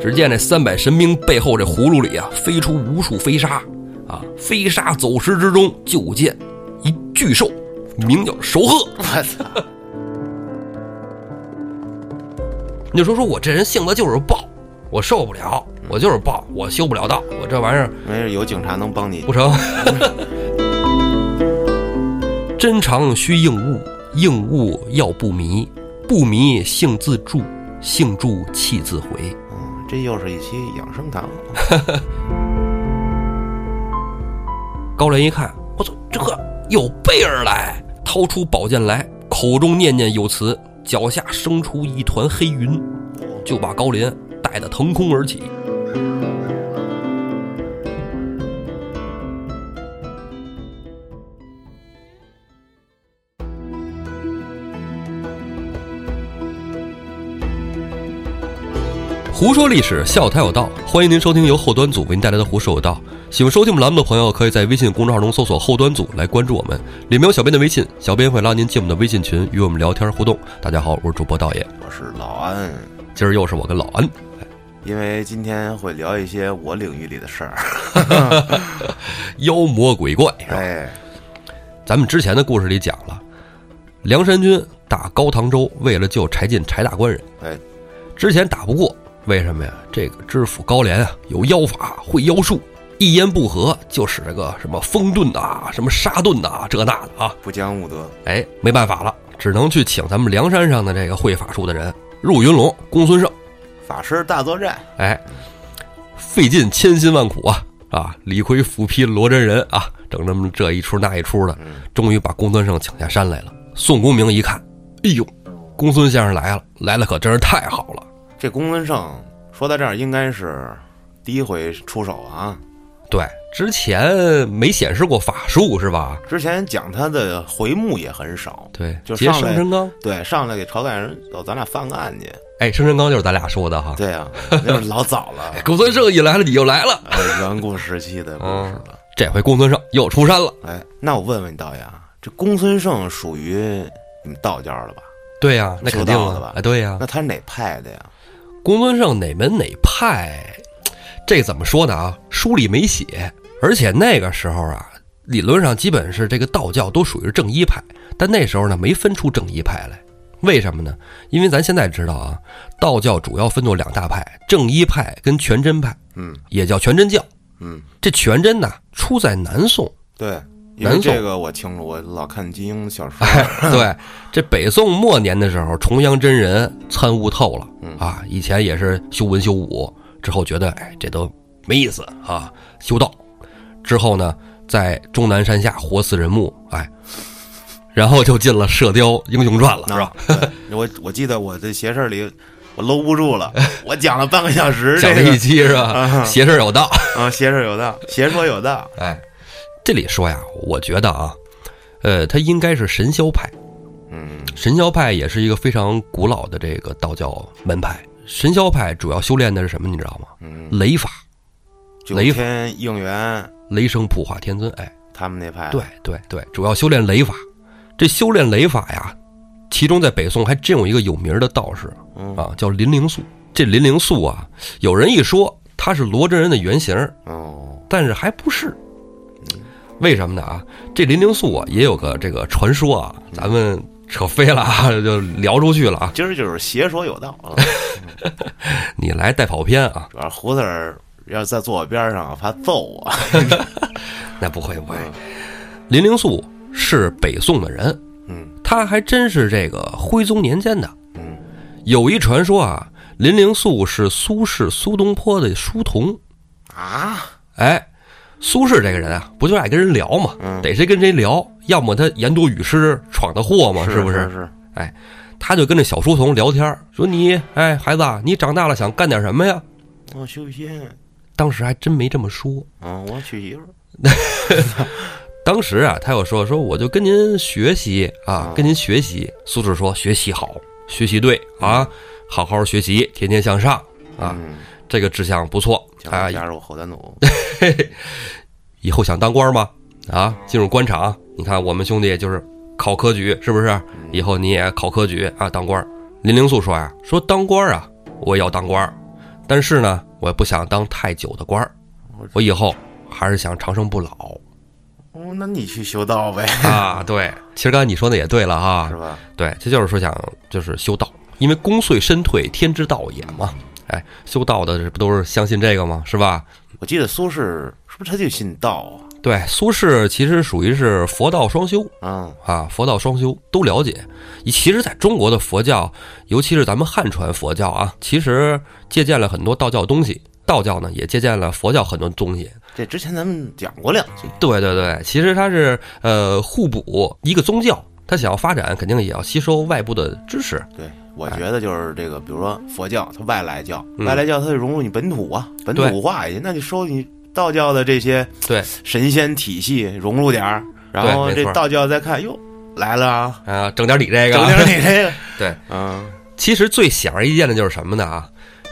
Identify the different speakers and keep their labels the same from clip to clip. Speaker 1: 只见这三百神兵背后这葫芦里啊，飞出无数飞沙啊，飞沙走石之中，就见一巨兽，名叫仇鹤。
Speaker 2: 我操，
Speaker 1: 你就说说我这人性子就是暴，我受不了，我就是暴，我修不了道，我这玩意儿
Speaker 2: 没事，有警察能帮你
Speaker 1: 不。成。 真常须应物，应物要不迷，不迷性自助，性助气自回。
Speaker 2: 嗯，这又是一期养生堂。
Speaker 1: 高廉一看，我操，这有备而来，掏出宝剑来，口中念念有词，脚下生出一团黑云，就把高廉带得腾空而起。胡说历史，笑谈有道。欢迎您收听由后端组为您带来的《胡说有道》。喜欢收听我们栏目的朋友，可以在微信公众号中搜索“后端组”来关注我们，里面有小编的微信，小编会拉您进我们的微信群，与我们聊天互动。大家好，我是主播道爷，
Speaker 2: 我是老安，
Speaker 1: 今儿又是我跟老安。
Speaker 2: 因为今天会聊一些我领域里的事儿。
Speaker 1: 妖魔鬼怪。
Speaker 2: 哎，
Speaker 1: 咱们之前的故事里讲了，梁山军打高唐州，为了救柴进、柴大官人，
Speaker 2: 哎，
Speaker 1: 之前打不过，为什么呀？这个知府高廉啊，有妖法，会妖术，一言不合就使这个什么风遁啊，什么沙遁啊，这那的啊，
Speaker 2: 不讲武德。
Speaker 1: 哎，没办法了，只能去请咱们梁山上的这个会法术的人，入云龙公孙胜。
Speaker 2: 法师大作战，
Speaker 1: 哎，费尽千辛万苦啊啊！李逵斧劈罗真人啊，整这么这一出那一出的，
Speaker 2: 嗯
Speaker 1: 终于把公孙胜请下山来了。宋公明一看，哎呦，公孙先生来了，来了可真是太好了。
Speaker 2: 这公孙胜说到这儿应该是第一回出手啊。
Speaker 1: 对，之前没显示过法术是吧？
Speaker 2: 之前讲他的回目也很少，
Speaker 1: 对，
Speaker 2: 就
Speaker 1: 劫
Speaker 2: 上
Speaker 1: 生
Speaker 2: 来
Speaker 1: 辰纲。
Speaker 2: 对，上来给晁盖人，走，咱俩翻个案去。
Speaker 1: 哎，生辰纲就是咱俩说的哈。哎
Speaker 2: 对啊，那是老早了，
Speaker 1: 公孙胜一来了，你又来了。
Speaker 2: 哎，远古时期的故事了。
Speaker 1: 这回公孙胜又出山了。
Speaker 2: 哎，那我问问你道爷啊，这公孙胜属于你们道教的吧？
Speaker 1: 对呀、那肯定
Speaker 2: 说到了
Speaker 1: 啊
Speaker 2: 吧。
Speaker 1: 哎，对呀、
Speaker 2: 那他是哪派的呀？
Speaker 1: 公孙胜哪门哪派，这怎么说呢啊？书里没写，而且那个时候啊，理论上基本是这个道教都属于正一派，但那时候呢没分出正一派来，为什么呢？因为咱现在知道啊，道教主要分作两大派，正一派跟全真派，
Speaker 2: 嗯
Speaker 1: 也叫全真教。
Speaker 2: 嗯，
Speaker 1: 这全真呐，出在南宋，
Speaker 2: 对，因为
Speaker 1: 南宋哎
Speaker 2: 这个我清楚，我老看金庸小说。
Speaker 1: 对，这北宋末年的时候，重阳真人参悟透了
Speaker 2: 嗯
Speaker 1: 啊，以前也是修文修武，之后觉得哎这都没意思啊，修道，之后呢，在终南山下活死人墓，哎，然后就进了《射雕英雄传》了，是吧？
Speaker 2: 吧？我我记得我这邪事儿里，我搂不住 了，我讲了半个小时
Speaker 1: 讲
Speaker 2: 这
Speaker 1: 了
Speaker 2: 个
Speaker 1: 一期是吧？邪事儿有道，
Speaker 2: 啊，邪事儿有道，邪说有道。
Speaker 1: 哎，这里说呀，我觉得啊，呃，他应该是神霄派，
Speaker 2: 嗯，
Speaker 1: 神霄派也是一个非常古老的这个道教门派。神霄派主要修炼的是什么，你知道吗？
Speaker 2: 嗯
Speaker 1: 雷法，
Speaker 2: 九
Speaker 1: 雷
Speaker 2: 天应元
Speaker 1: 雷声普化天尊。哎，
Speaker 2: 他们那派，
Speaker 1: 对对对，主要修炼雷法。这修炼雷法呀，其中在北宋还真有一个有名的道士
Speaker 2: 嗯
Speaker 1: 啊，叫林灵素。这林灵素啊，有人一说他是罗真人的原型，
Speaker 2: 哦，
Speaker 1: 但是还不是。
Speaker 2: 嗯
Speaker 1: 为什么呢？啊，这林灵素啊也有个这个传说啊，
Speaker 2: 嗯
Speaker 1: 咱们扯飞了啊， 就聊出去了啊。
Speaker 2: 今儿就是邪说有道啊。
Speaker 1: 你来带跑偏啊？
Speaker 2: 主要胡子儿要是再坐我边上，我怕揍我。
Speaker 1: 那不会不会
Speaker 2: 嗯，
Speaker 1: 林灵素是北宋的人，
Speaker 2: 嗯
Speaker 1: 他还真是这个徽宗年间的。
Speaker 2: 嗯，
Speaker 1: 有一传说啊，林灵素是苏轼苏东坡的书童。
Speaker 2: 啊，
Speaker 1: 哎，苏轼这个人啊，不就爱跟人聊嘛，
Speaker 2: 嗯
Speaker 1: 逮谁跟谁聊，要么他言多语失，闯的祸嘛，
Speaker 2: 是
Speaker 1: 不
Speaker 2: 是
Speaker 1: 是？？哎，他就跟这小书童聊天儿，说你，哎，孩子啊，你长大了想干点什么呀？
Speaker 2: 我修仙，
Speaker 1: 当时还真没这么说。
Speaker 2: 嗯，我娶媳妇儿，
Speaker 1: 当时啊，他又说说我就跟您学习啊
Speaker 2: 哦，
Speaker 1: 跟您学习。苏轼说学习好，学习对啊，好好学习，天天向上啊，
Speaker 2: 嗯，
Speaker 1: 这个志向不错
Speaker 2: 将
Speaker 1: 啊
Speaker 2: 来。加入 后端组。
Speaker 1: 以后想当官吗？啊，进入官场，你看我们兄弟就是考科举，是不是？以后你也考科举啊，当官儿。林灵素说呀、说当官儿啊，我也要当官儿，但是呢，我也不想当太久的官儿，我以后还是想长生不老
Speaker 2: 哦，那你去修道呗，
Speaker 1: 啊。对，其实刚才你说的也对了哈
Speaker 2: 是，吧？
Speaker 1: 对，这就是说想就是修道，因为功遂身退，天之道也嘛。哎，修道的这不都是相信这个吗？是吧？
Speaker 2: 我记得苏轼是不是他就信道
Speaker 1: 对，苏轼其实属于是佛道双修
Speaker 2: 啊？啊，
Speaker 1: 啊，佛道双修都了解。其实，在中国的佛教，尤其是咱们汉传佛教啊，其实借鉴了很多道教东西，道教呢也借鉴了佛教很多东西。
Speaker 2: 这之前咱们讲过两句，
Speaker 1: 对对对，其实它是呃互补，一个宗教它想要发展，肯定也要吸收外部的知识。
Speaker 2: 对。我觉得就是这个，比如说佛教，它外来教，
Speaker 1: 嗯
Speaker 2: 外来教它就融入你本土啊，本土化也行，那就收你道教的这些
Speaker 1: 对
Speaker 2: 神仙体系融入点儿，然后
Speaker 1: 对没
Speaker 2: 这
Speaker 1: 错
Speaker 2: 道教再看，哟，来了啊，
Speaker 1: 啊，整点你这个
Speaker 2: 整
Speaker 1: 啊，
Speaker 2: 点你这个，
Speaker 1: 对，
Speaker 2: 嗯，
Speaker 1: 其实最显而易见的就是什么呢啊？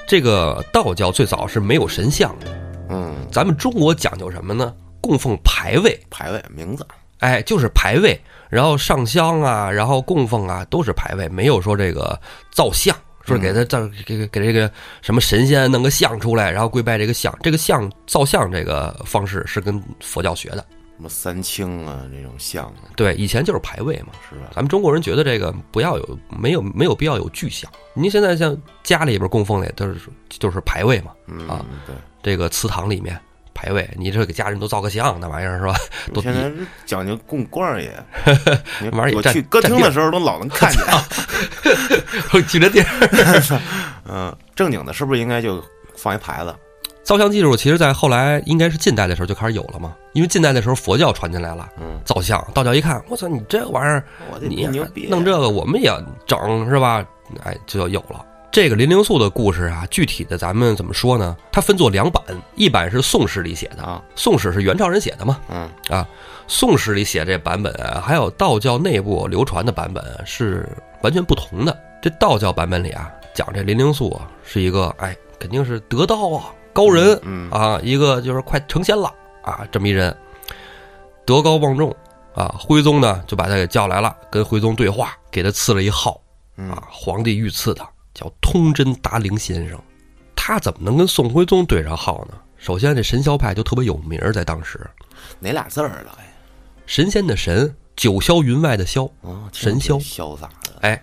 Speaker 1: 这个道教最早是没有神像的，
Speaker 2: 嗯，
Speaker 1: 咱们中国讲究什么呢？供奉牌位，
Speaker 2: 排位名字，
Speaker 1: 哎，就是牌位，然后上香啊，然后供奉啊，都是牌位，没有说这个造像，说给他造给给给这个什么神仙弄个像出来，然后跪拜这个像，这个像造像这个方式是跟佛教学的，
Speaker 2: 什么三清啊这种像
Speaker 1: 对，以前就是牌位嘛。
Speaker 2: 是吧？
Speaker 1: 咱们中国人觉得这个不要有没有没有必要有具象，您现在像家里边供奉的也都是就是牌位嘛，
Speaker 2: 嗯，
Speaker 1: 啊
Speaker 2: 对，
Speaker 1: 这个祠堂里面牌位，你这给家人都造个像，那玩意儿是吧？多
Speaker 2: 嗯 现在是讲究供罐儿也，你
Speaker 1: 玩意儿
Speaker 2: 我
Speaker 1: 占
Speaker 2: 去歌厅
Speaker 1: 占地
Speaker 2: 的时候都老能看见。
Speaker 1: 举着地儿。
Speaker 2: 嗯，正经的是不是应该就放一牌子？
Speaker 1: 造像技术其实，在后来应该是近代的时候就开始有了嘛，因为近代的时候佛教传进来了，
Speaker 2: 嗯，
Speaker 1: 造像道教一看，我操，你这玩意儿
Speaker 2: 我这
Speaker 1: 你
Speaker 2: 不牛逼，啊
Speaker 1: 弄这个我们也整是吧？哎，这就有了。这个林灵素的故事啊，具体的咱们怎么说呢？它分作两版，一版是《宋史》里写的，
Speaker 2: 啊，
Speaker 1: 《宋史》是元朝人写的嘛，
Speaker 2: 嗯
Speaker 1: 啊，《宋史》里写这版本啊，还有道教内部流传的版本啊是完全不同的。这道教版本里啊，讲这林灵素啊是一个哎，肯定是得道啊，高人，
Speaker 2: 嗯
Speaker 1: 啊，一个就是快成仙了啊，这么一人，德高望重啊。徽宗呢就把他给叫来了，跟徽宗对话，给他赐了一号
Speaker 2: 嗯
Speaker 1: 啊，皇帝御赐的叫通真达灵先生。他怎么能跟宋徽宗对上号呢？首先，这神霄派就特别有名儿，在当时，
Speaker 2: 哪俩字儿了？哎
Speaker 1: 神仙的神，九霄云外的霄。
Speaker 2: 哦，
Speaker 1: 神霄
Speaker 2: 挺潇洒的，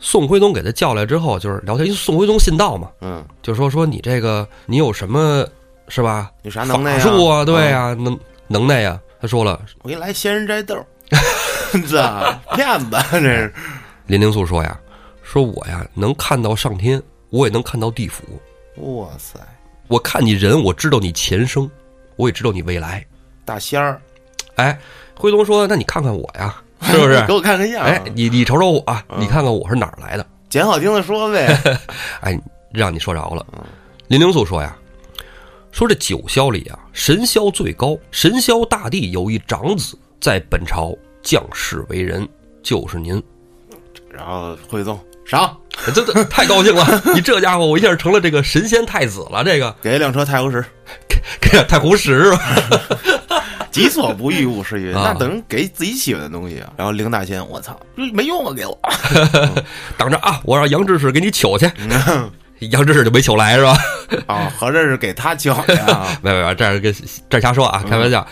Speaker 1: 宋徽宗给他叫来之后，就是聊天，因为宋徽宗信道嘛，
Speaker 2: 嗯，
Speaker 1: 就说说你这个你有什么是吧？
Speaker 2: 有啥能耐嗯
Speaker 1: 法术啊，对，呀、能能耐呀、他说了，
Speaker 2: 嗯我给你来仙人摘 豆儿，这骗子啊这是，
Speaker 1: 林灵素说呀：“说我呀能看到上天，我也能看到地府。
Speaker 2: 哇塞，
Speaker 1: 我看你人，我知道你前生，我也知道你未来。
Speaker 2: 大仙儿，”
Speaker 1: 哎，徽宗说：“那你看看我呀，是不是
Speaker 2: 给？我看看 样，
Speaker 1: 哎，，你你瞅瞅我，你看看我是哪儿来的？
Speaker 2: 捡好听的说呗，
Speaker 1: 哎，让你说着了。”林灵素说呀：“说这九霄里啊，神霄最高，神霄大帝有一长子，在本朝降世为人，就是您。”
Speaker 2: 然后徽宗赏
Speaker 1: 这这太高兴了！ 你这家伙，我一下成了这个神仙太子了。这个
Speaker 2: 给一辆车太湖石，
Speaker 1: 给 太湖石是吧？
Speaker 2: 己所不欲，勿施于人，
Speaker 1: 啊
Speaker 2: 那等于给自己喜欢的东西啊。然后凌大仙，我操，没用啊，给我。
Speaker 1: 等着啊，我让杨志士给你求去。杨志士就没求来是吧？。
Speaker 2: 啊，合着是给他教的啊
Speaker 1: 没有没有，这是跟这是瞎说啊，开玩笑。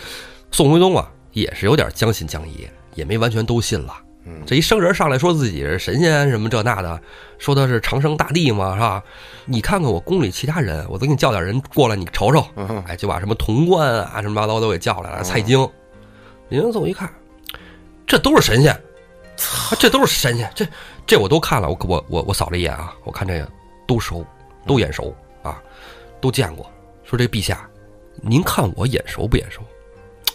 Speaker 1: 宋徽宗啊，也是有点将信将疑，也没完全都信了。这一生人上来说自己是神仙什么这那的，说他是长生大帝嘛，是吧？你看看我宫里其他人，我都给你叫点人过来，你瞅瞅，
Speaker 2: 嗯
Speaker 1: 哎，就把什么童贯啊什么八糟都给叫来了，蔡京、林文颂一看，这都是神仙，啊这都是神仙，这这我都看了，我我我我扫了一眼啊，我看这个都熟，都眼熟啊，都见过。说这陛下，您看我眼熟不眼熟？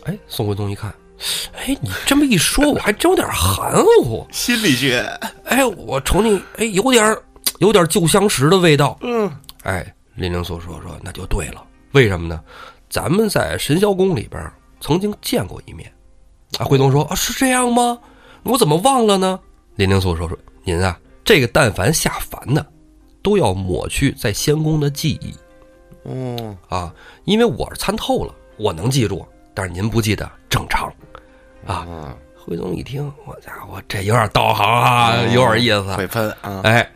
Speaker 1: 哎，宋徽宗一看，哎，你这么一说，我还真有点含糊。
Speaker 2: 心理学，
Speaker 1: 哎，我瞅你，哎，有点儿有点儿旧相识的味道。
Speaker 2: 嗯，
Speaker 1: 哎，林灵素说说那就对了，为什么呢？咱们在神霄宫里边儿曾经见过一面。啊，惠东说啊，是这样吗？我怎么忘了呢？林灵素说说您啊，这个但凡下凡的，都要抹去在仙宫的记忆
Speaker 2: 嗯，
Speaker 1: 啊，因为我是参透了，我能记住，但是您不记得正常。
Speaker 2: 啊，
Speaker 1: 惠东一听，我家伙这有点道行啊，有点意思。
Speaker 2: 会喷啊，
Speaker 1: 哎，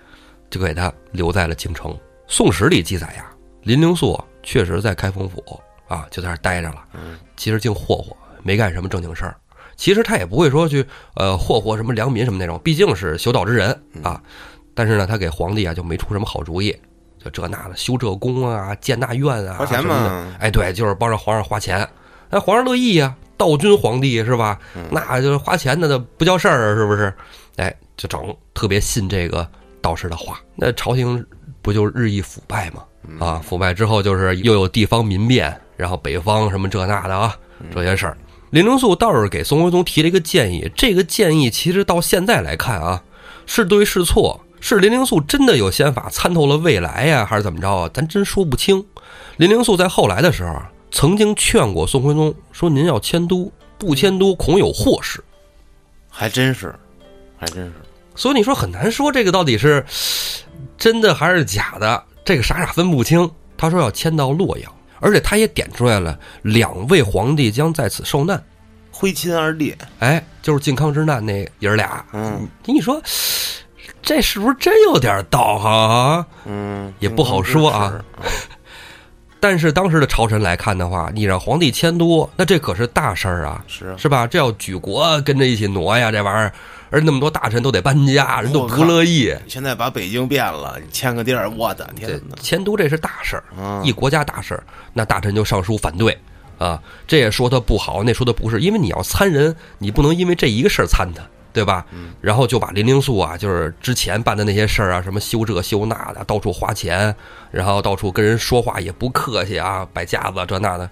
Speaker 1: 就给他留在了京城。《宋史》里记载呀，林灵素确实在开封府啊，就在那儿待着了，其实净霍霍，没干什么正经事儿。其实他也不会说去呃霍霍什么良民什么那种，毕竟是修道之人
Speaker 2: 嗯
Speaker 1: 啊。但是呢，他给皇帝啊就没出什么好主意，就这那的修这宫啊、建那院啊，
Speaker 2: 花钱
Speaker 1: 什么的
Speaker 2: 嘛
Speaker 1: 哎，对，就是帮着皇上花钱，那皇上乐意呀、道君皇帝是吧？
Speaker 2: 嗯
Speaker 1: 那就是花钱的那不叫事儿，啊是不是？哎，就整特别信这个道士的话，那朝廷不就日益腐败吗？啊，腐败之后就是又有地方民变，然后北方什么这那的啊，这些事儿。林灵素倒是给宋徽宗提了一个建议，这个建议其实到现在来看啊，是对是错，是林灵素真的有仙法参透了未来呀、还是怎么着啊？咱真说不清。林灵素在后来的时候啊，曾经劝过宋徽宗说：“您要迁都，不迁都恐有祸事。
Speaker 2: 还真是，还真是。”
Speaker 1: 所以你说很难说这个到底是真的还是假的，这个傻傻分不清。他说要迁到洛阳，而且他也点出来了，两位皇帝将在此受难。
Speaker 2: 徽钦二帝，
Speaker 1: 哎，就是靖康之难那爷儿俩，
Speaker 2: 嗯
Speaker 1: 你说这是不是真有点道行啊？
Speaker 2: 嗯，
Speaker 1: 也不好说啊但是当时的朝臣来看的话，你让皇帝迁都，那这可是大事儿啊，
Speaker 2: 是啊，
Speaker 1: 是吧？这要举国跟着一起挪呀，这玩意儿，而那么多大臣都得搬家，人都不乐意。
Speaker 2: 是。现在把北京变了，你迁个地儿，我的天
Speaker 1: 这
Speaker 2: 哪！
Speaker 1: 迁都这是大事儿，
Speaker 2: 嗯
Speaker 1: 一国家大事儿，那大臣就上书反对啊，这也说他不好，那说他不是，因为你要参人，你不能因为这一个事儿参他，对吧？然后就把林灵素啊，就是之前办的那些事儿啊，什么修这修那的，到处花钱，然后到处跟人说话也不客气啊，摆架子这那的，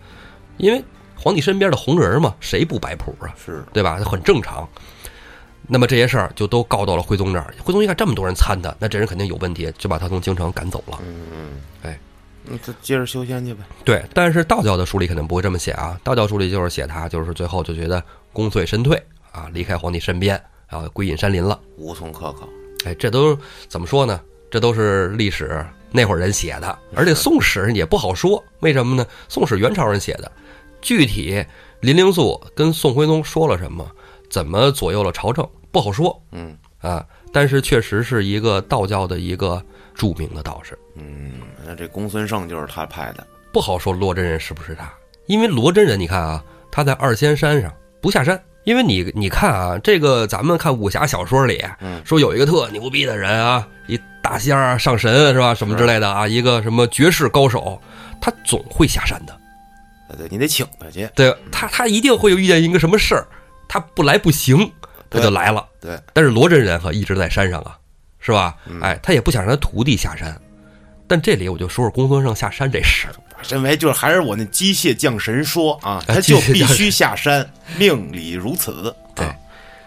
Speaker 1: 因为皇帝身边的红人嘛，谁不摆谱啊？
Speaker 2: 是
Speaker 1: 对吧？很正常。那么这些事儿就都告到了徽宗这儿，徽宗一看这么多人参他，那这人肯定有问题，就把他从京城赶走了。
Speaker 2: 嗯，这接着修仙去呗。
Speaker 1: 对，但是道教的书里肯定不会这么写啊，道教书里就是写他就是最后就觉得功遂身退啊，离开皇帝身边，然后归隐山林了。
Speaker 2: 无从可考，
Speaker 1: 哎，这都怎么说呢？这都是历史那会儿人写的，而且《宋史》也不好说，为什么呢？《宋史》元朝人写的，具体林灵素跟宋徽宗说了什么，怎么左右了朝政，不好说。
Speaker 2: 嗯
Speaker 1: 啊，但是确实是一个道教的一个著名的道士，
Speaker 2: 嗯，那这公孙胜就是他派的，
Speaker 1: 不好说罗真人是不是他，因为罗真人你看啊，他在二仙山上不下山，因为你你看啊，这个咱们看武侠小说里，
Speaker 2: 嗯
Speaker 1: 说有一个特牛逼的人啊，一大仙儿啊上神是吧，什么之类的啊，一个什么绝世高手，他总会下山的，
Speaker 2: 啊对你得请他去，
Speaker 1: 对他他一定会有遇见一个什么事儿，他不来不行，他就
Speaker 2: 对
Speaker 1: 来了。
Speaker 2: 对，
Speaker 1: 但是罗真人可一直在山上啊，是吧？
Speaker 2: 嗯
Speaker 1: 哎，他也不想让他徒弟下山。但这里我就说说公孙胜下山这事儿，
Speaker 2: 认为就是还是我那机械降神说啊，
Speaker 1: 哎
Speaker 2: 他就
Speaker 1: 机械
Speaker 2: 必
Speaker 1: 降神
Speaker 2: 须下山，命里如此。
Speaker 1: 对
Speaker 2: 啊，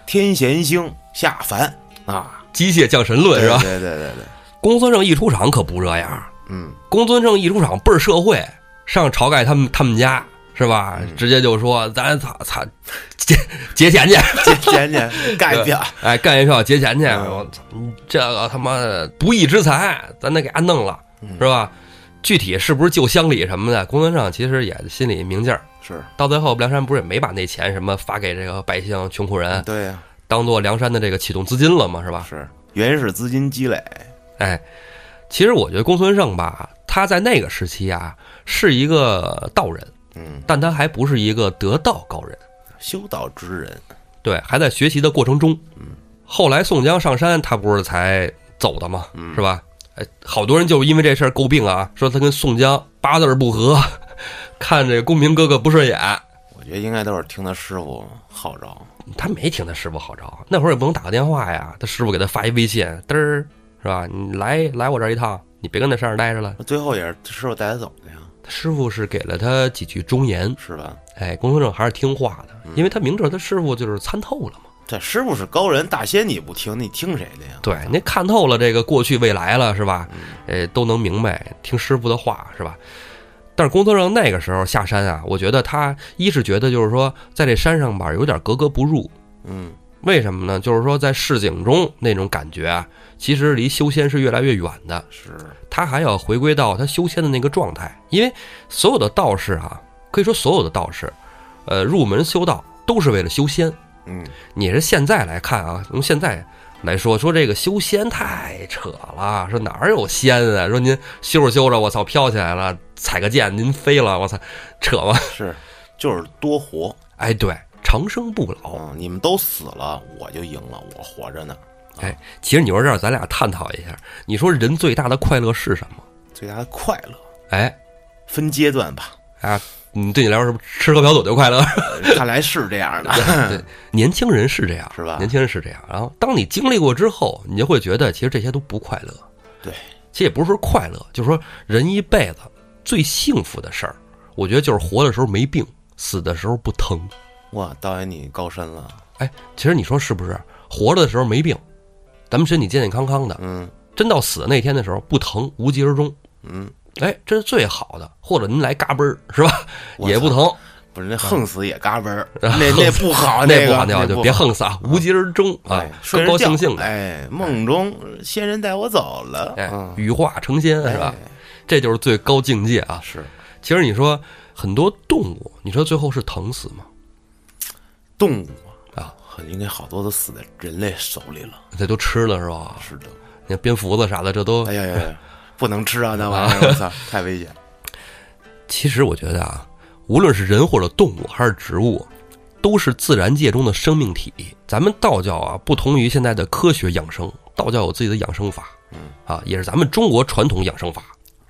Speaker 2: 天贤星下凡啊，
Speaker 1: 机械降神论
Speaker 2: 对
Speaker 1: 是吧？
Speaker 2: 对对对对，
Speaker 1: 公孙胜一出场可不这样，
Speaker 2: 嗯，
Speaker 1: 公孙胜一出场倍儿社会，上晁盖他们他们家是吧？直接就说咱操操节节钱去，
Speaker 2: 这钱去干一票，
Speaker 1: 哎，干一票节钱去，
Speaker 2: 嗯
Speaker 1: 我操，你这个他妈的不义之财，咱得给他弄了，是吧？具体是不是救乡里什么的，公孙胜其实也心里明镜儿。
Speaker 2: 是
Speaker 1: 到最后，梁山不是也没把那钱什么发给这个百姓穷苦人，
Speaker 2: 对呀，
Speaker 1: 当做梁山的这个启动资金了嘛，是吧？
Speaker 2: 是原始资金积累，
Speaker 1: 哎，其实我觉得公孙胜吧，他在那个时期啊是一个道人，
Speaker 2: 嗯，
Speaker 1: 但他还不是一个得道高人，
Speaker 2: 修道之人，
Speaker 1: 对，还在学习的过程中。后来宋江上山，他不是才走的吗？是吧？哎，好多人就是因为这事儿诟病啊，说他跟宋江八字儿不合， 看这个公明哥哥不顺眼。
Speaker 2: 我觉得应该都是听他师傅号召，
Speaker 1: 他没听他师傅好招，那会儿也不能打个电话呀，他师傅给他发一微信，嘚儿是吧？你来来我这儿一趟，你别跟那山上待着了。
Speaker 2: 最后也是师傅带他走的呀，
Speaker 1: 他师傅是给了他几句忠言，
Speaker 2: 是吧？
Speaker 1: 哎，公孙胜还是听话的，因为他明知道他师傅就是参透了嘛，
Speaker 2: 这师傅是高人，大仙你不听，你听谁的呀？
Speaker 1: 对，你看透了这个过去未来了是吧？呃，都能明白，听师傅的话是吧？但是公孙胜那个时候下山啊，我觉得他一是觉得就是说在这山上吧有点格格不入，
Speaker 2: 嗯，
Speaker 1: 为什么呢？就是说，在市井中那种感觉啊，其实离修仙是越来越远的。
Speaker 2: 是，
Speaker 1: 他还要回归到他修仙的那个状态，因为所有的道士啊，可以说所有的道士，呃，入门修道都是为了修仙。
Speaker 2: 嗯，
Speaker 1: 你是现在来看啊，从现在来说说这个修仙太扯了，说哪儿有仙啊？说您修着修着，我操，飘起来了，踩个剑您飞了，我操，扯吧！
Speaker 2: 是，就是多活。
Speaker 1: 哎，对，长生不老。
Speaker 2: 嗯，你们都死了，我就赢了，我活着呢。
Speaker 1: 哎，其实你说这儿，咱俩探讨一下，你说人最大的快乐是什么？
Speaker 2: 最大的快乐，
Speaker 1: 哎，
Speaker 2: 分阶段 吧。
Speaker 1: 啊，你对你来说是不是吃喝嫖赌就快 乐？
Speaker 2: 呃看来是这样的。
Speaker 1: 对，年轻人是这样，
Speaker 2: 是吧
Speaker 1: 年轻人是这样。然后，当你经历过之后，你就会觉得其实这些都不快乐。
Speaker 2: 对，
Speaker 1: 其实也不是说快乐，就是说人一辈子最幸福的事儿，我觉得就是活的时候没病，死的时候不疼。
Speaker 2: 哇，导演你高深了。
Speaker 1: 哎，其实你说是不是？活着的时候没病，咱们身体健健康康的，
Speaker 2: 嗯
Speaker 1: 真到死那天的时候不疼，无疾而终。
Speaker 2: 嗯，
Speaker 1: 哎，这是最好的。或者您来嘎嘣儿是吧？
Speaker 2: 我
Speaker 1: 也不疼，
Speaker 2: 不是那横死也嘎 嘣儿，那那不好，
Speaker 1: 嗯那不
Speaker 2: 个
Speaker 1: 好，那
Speaker 2: 啊那
Speaker 1: 好就别横死啊，无疾而终啊
Speaker 2: 哎，，
Speaker 1: 高
Speaker 2: 睡
Speaker 1: 高
Speaker 2: 着觉
Speaker 1: 兴兴的。
Speaker 2: 哎，梦中仙人带我走了，
Speaker 1: 哎
Speaker 2: 嗯，哎
Speaker 1: 羽化成仙是吧？这就是最高境界啊！
Speaker 2: 是
Speaker 1: 其实你说很多动物，你说最后是疼死吗？
Speaker 2: 动物
Speaker 1: 啊，
Speaker 2: 应该好多都死在人类手里了。
Speaker 1: 这都吃了是吧？
Speaker 2: 是的，
Speaker 1: 你看蝙蝠子啥的，这都
Speaker 2: 哎呀呀呀，不能吃啊，那玩意儿，我操，太危
Speaker 1: 啊
Speaker 2: 险。
Speaker 1: 其实我觉得啊，无论是人或者动物还是植物，都是自然界中的生命体。咱们道教啊，不同于现在的科学养生，道教有自己的养生法，
Speaker 2: 嗯
Speaker 1: 啊，也是咱们中国传统养生法。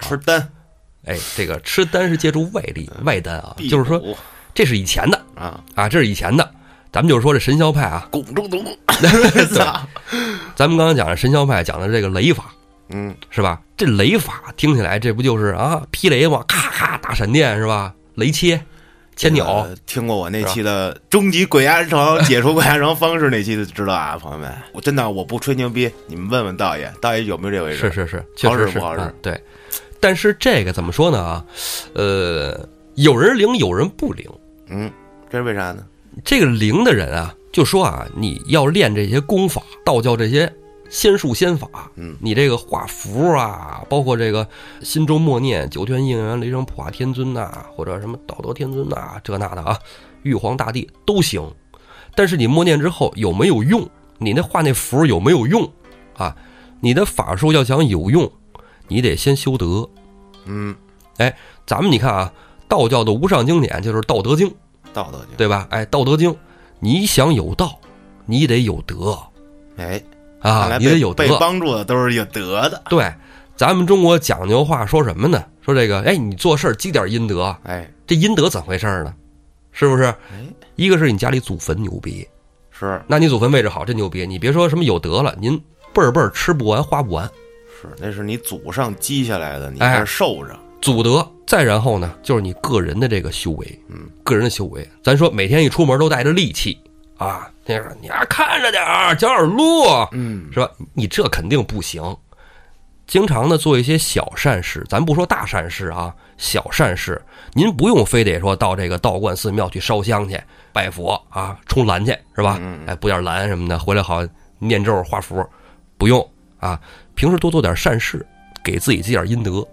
Speaker 2: 吃丹，
Speaker 1: 哎，这个吃丹是借助外力
Speaker 2: 嗯
Speaker 1: 外丹啊，
Speaker 2: 辟
Speaker 1: 就是说
Speaker 2: 谷
Speaker 1: 这是以前的
Speaker 2: 啊，
Speaker 1: 啊，这是以前的。咱们就是说这神霄派啊，
Speaker 2: 汞中 毒，操，
Speaker 1: 咱们刚刚讲的神霄派讲的这个雷法
Speaker 2: 嗯，
Speaker 1: 是吧？这雷法听起来这不就是啊劈雷嘛，咔咔大闪电是吧？雷切、千鸟
Speaker 2: 呃，听过我那期的终极鬼压床解除鬼压床方式那期的知道啊，朋友们，我真的我不吹牛逼，你们问问道爷，道爷有没有这回事？
Speaker 1: 是是是，确
Speaker 2: 好使
Speaker 1: 实
Speaker 2: 不
Speaker 1: 是
Speaker 2: 好使
Speaker 1: 嗯对。但是这个怎么说呢啊？呃，有人灵，有人不灵。
Speaker 2: 嗯，这是为啥呢？
Speaker 1: 这个灵的人啊，就说啊，你要练这些功法，道教这些仙术仙法，
Speaker 2: 嗯，
Speaker 1: 你这个画符啊，包括这个心中默念九天应元雷声普化天尊呐、或者什么道德天尊呐、这那的啊，玉皇大帝都行。但是你默念之后有没有用？你那画那符有没有用啊？你的法术要想有用，你得先修德。
Speaker 2: 嗯，
Speaker 1: 咱们你看啊，道教的无上经典就是《道德经》。
Speaker 2: 道德经，
Speaker 1: 对吧？哎，《道德经》，你想有道，你得有德
Speaker 2: 哎，看
Speaker 1: 啊，
Speaker 2: 来
Speaker 1: 你得
Speaker 2: 被
Speaker 1: 有
Speaker 2: 被
Speaker 1: 德。
Speaker 2: 帮助的都是有德的，
Speaker 1: 对，咱们中国讲究话说什么呢？说这个，哎，你做事儿积点阴德，
Speaker 2: 哎，
Speaker 1: 这阴德怎回事儿呢？是不是？
Speaker 2: 哎，
Speaker 1: 一个是你家里祖坟牛逼，
Speaker 2: 是
Speaker 1: 那你祖坟位置好，真牛逼。你别说什么有德了，您辈儿辈儿吃不完花不完，
Speaker 2: 是，那是你祖上积下来的，你
Speaker 1: 哎
Speaker 2: 这受着，
Speaker 1: 祖德。再然后呢，就是你个人的这个修为，
Speaker 2: 嗯，
Speaker 1: 个人的修为。咱说每天一出门都带着戾气啊，那个你还看着点儿，脚点路，
Speaker 2: 嗯，
Speaker 1: 是吧？你这肯定不行。经常的做一些小善事，咱不说大善事啊，小善事，您不用非得说到这个道观寺庙去烧香去、拜佛啊、冲蓝去，是吧？哎，补点蓝什么的，回来好念咒、画符，不用啊。平时多做点善事，给自己积点阴德，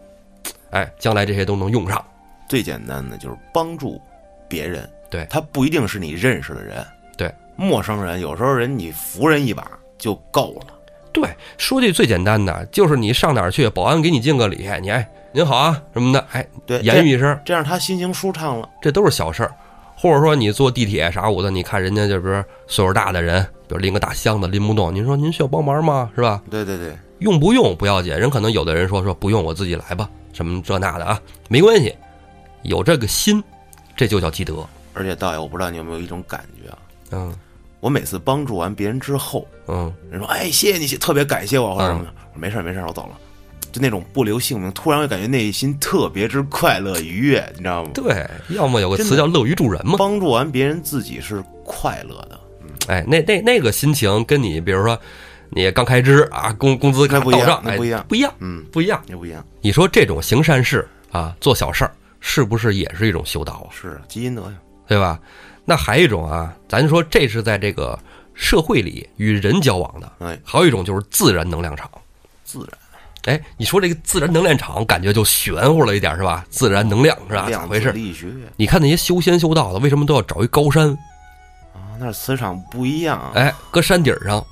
Speaker 1: 哎，将来这些都能用上。
Speaker 2: 最简单的就是帮助别人，
Speaker 1: 对
Speaker 2: 他不一定是你认识的人，
Speaker 1: 对，
Speaker 2: 陌生人，有时候人你扶人一把就够了，
Speaker 1: 对，说句最简单的，就是你上哪儿去，保安给你敬个礼，你哎您好啊什么的，哎，
Speaker 2: 对，
Speaker 1: 言
Speaker 2: 语
Speaker 1: 语一声，
Speaker 2: 呃这样他心情舒畅了，
Speaker 1: 这都是小事儿。或者说你坐地铁啥舞的，你看人家就是岁数大的人，比如拎个大箱子拎不动，您说您需要帮忙吗？是吧？
Speaker 2: 对对对，
Speaker 1: 用不用不要紧，人可能有的人说说不用我自己来吧，什么这那的啊，没关系，有这个心，这就叫积德。
Speaker 2: 而且道爷，我不知道你有没有一种感觉啊，
Speaker 1: 嗯
Speaker 2: 我每次帮助完别人之后，
Speaker 1: 嗯，
Speaker 2: 人说哎谢谢你，特别感谢我或者什么的，我说没事儿没事儿，我走了。就那种不留姓名，突然会感觉内心特别之快乐愉悦，你知道吗？
Speaker 1: 对，要么有个词
Speaker 2: 真的
Speaker 1: 叫乐于助人嘛。
Speaker 2: 帮助完别人，自己是快乐的。
Speaker 1: 哎，那那那个心情跟你比如说你刚开支啊，工工资
Speaker 2: 那
Speaker 1: 刚
Speaker 2: 不一
Speaker 1: 到
Speaker 2: 样
Speaker 1: 账，
Speaker 2: 那
Speaker 1: 哎
Speaker 2: 不一样
Speaker 1: 不一样，
Speaker 2: 嗯，
Speaker 1: 不一样。
Speaker 2: 也不一样，
Speaker 1: 你说这种行善事啊，做小事儿，是不是也是一种修道啊？
Speaker 2: 是基因德呀。
Speaker 1: 对吧？那还有一种啊，咱说这是在这个社会里与人交往的，
Speaker 2: 哎，
Speaker 1: 还有一种就是自然能量场。
Speaker 2: 自然
Speaker 1: 哎，你说这个自然能量场，感觉就玄乎了一点是吧？自然能量是吧？啊咋
Speaker 2: 量
Speaker 1: 回
Speaker 2: 子
Speaker 1: 事？
Speaker 2: 力学
Speaker 1: 你看那些修仙修道的，为什么都要找一高山？哎
Speaker 2: 啊，那是磁场不一样啊。
Speaker 1: 哎，搁山顶上，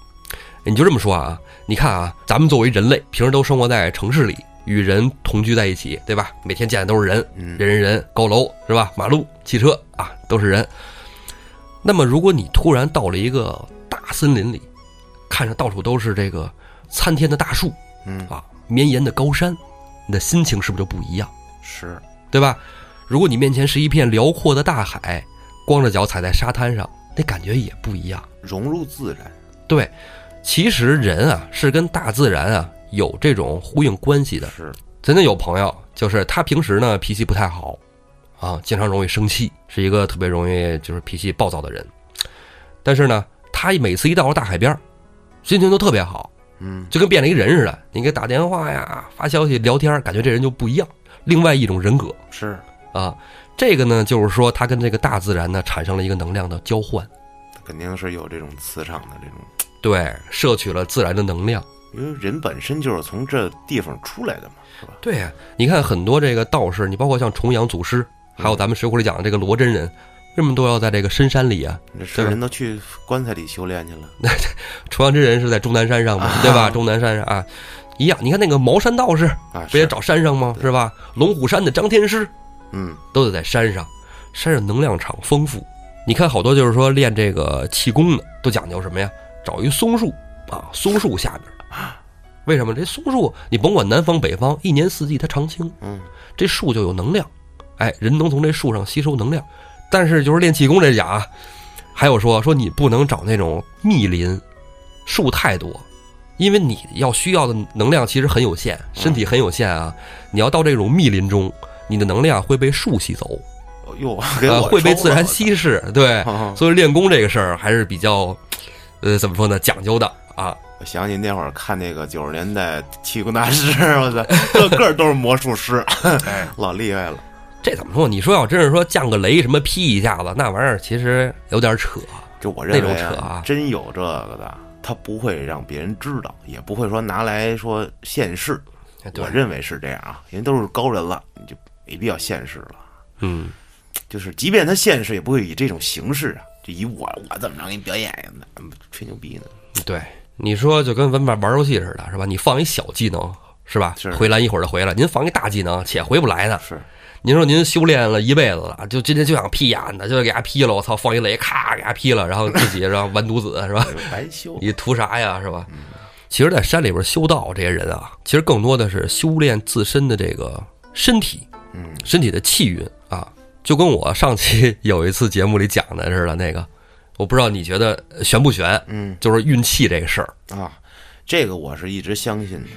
Speaker 1: 你就这么说啊？你看啊，咱们作为人类，平时都生活在城市里，与人同居在一起，对吧？每天见的都是人，
Speaker 2: 嗯
Speaker 1: 人人人，高楼是吧？马路、汽车啊，都是人。那么，如果你突然到了一个大森林里，看着到处都是这个参天的大树
Speaker 2: 嗯，
Speaker 1: 啊，绵延的高山，你的心情是不是就不一样，
Speaker 2: 是，
Speaker 1: 对吧？如果你面前是一片辽阔的大海，光着脚踩在沙滩上，那感觉也不一样。
Speaker 2: 融入自然，
Speaker 1: 对，其实人啊是跟大自然啊有这种呼应关系的。
Speaker 2: 是，
Speaker 1: 真的有朋友，就是他平时呢脾气不太好，啊，经常容易生气，是一个特别容易就是脾气暴躁的人。但是呢，他每次一到了大海边儿，心情都特别好，
Speaker 2: 嗯，
Speaker 1: 就跟变了一个人似的。你给打电话呀、发消息、聊天儿，感觉这人就不一样，另外一种人格
Speaker 2: 是，
Speaker 1: 啊。这个呢，就是说他跟这个大自然呢产生了一个能量的交换，
Speaker 2: 肯定是有这种磁场的这种，
Speaker 1: 对，摄取了自然的能量。
Speaker 2: 因为人本身就是从这地方出来的嘛，是吧？
Speaker 1: 对呀、啊你看很多这个道士，你包括像重阳祖师，还有咱们《水浒》里讲的这个罗真人，为什么都要在这个深山里啊？
Speaker 2: 这世人都去棺材里修炼去了，
Speaker 1: 重阳真人是在终南山上嘛，对吧？终南山上啊，一样。你看那个茅山道士，
Speaker 2: 啊，
Speaker 1: 不也
Speaker 2: 是，
Speaker 1: 找山上吗？是吧？龙虎山的张天师
Speaker 2: 嗯，
Speaker 1: 都得在山上，山上能量场丰富。你看好多就是说练这个气功的，都讲究什么呀？找一松树啊，松树下边。为什么这松树？你甭管南方北方，一年四季它常青。
Speaker 2: 嗯，
Speaker 1: 这树就有能量，哎，人能从这树上吸收能量。但是就是练气功这讲啊，还有说说你不能找那种密林，树太多，因为你要需要的能量其实很有限，身体很有限啊。你要到这种密林中，你的能量会被树吸走，
Speaker 2: 哦 哟，给
Speaker 1: 呃，
Speaker 2: 我
Speaker 1: 会被
Speaker 2: 抽
Speaker 1: 自然
Speaker 2: 了
Speaker 1: 稀释。对，
Speaker 2: 哦
Speaker 1: 所以练功这个事儿还是比较，呃，怎么说呢，讲究的啊。
Speaker 2: 我想起那会儿看那个九十年代气功大师， 我操，个个都是魔 术师，
Speaker 1: 哎
Speaker 2: 老厉害了。
Speaker 1: 这怎么说？你说要真是说降个雷什么劈一下子，那玩意儿其实有点扯。
Speaker 2: 就我认为、
Speaker 1: 那种扯啊
Speaker 2: 真有这个的，他不会让别人知道，也不会说拿来说现世。
Speaker 1: 对
Speaker 2: 我，认为是这样啊，人都是高人了，你就没必要现世了。
Speaker 1: 嗯。
Speaker 2: 就是即便他现世，也不会以这种形式啊，就以我我怎么着给你表演呀？那吹牛逼呢？
Speaker 1: 对，你说就跟玩玩玩游戏似的，是吧？你放一小技能，是吧？
Speaker 2: 是
Speaker 1: 回蓝一会儿就回来。您放一大技能，且回不来呢。
Speaker 2: 是
Speaker 1: 您说您修炼了一辈子了，就今天就想劈呀，那就给他劈了。我操，放一雷，咔给他劈了，然后自己然后完犊子，是吧？
Speaker 2: 白修。
Speaker 1: 你图啥呀，是吧？其实，在山里边修道这些人啊，其实更多的是修炼自身的这个身体，
Speaker 2: 嗯，
Speaker 1: 身体的气运啊，就跟我上期 有一次节目里讲的似的，那个我不知道你觉得玄不玄？
Speaker 2: 嗯，
Speaker 1: 就是运气这个事儿。
Speaker 2: 啊，这个我是一直相信的。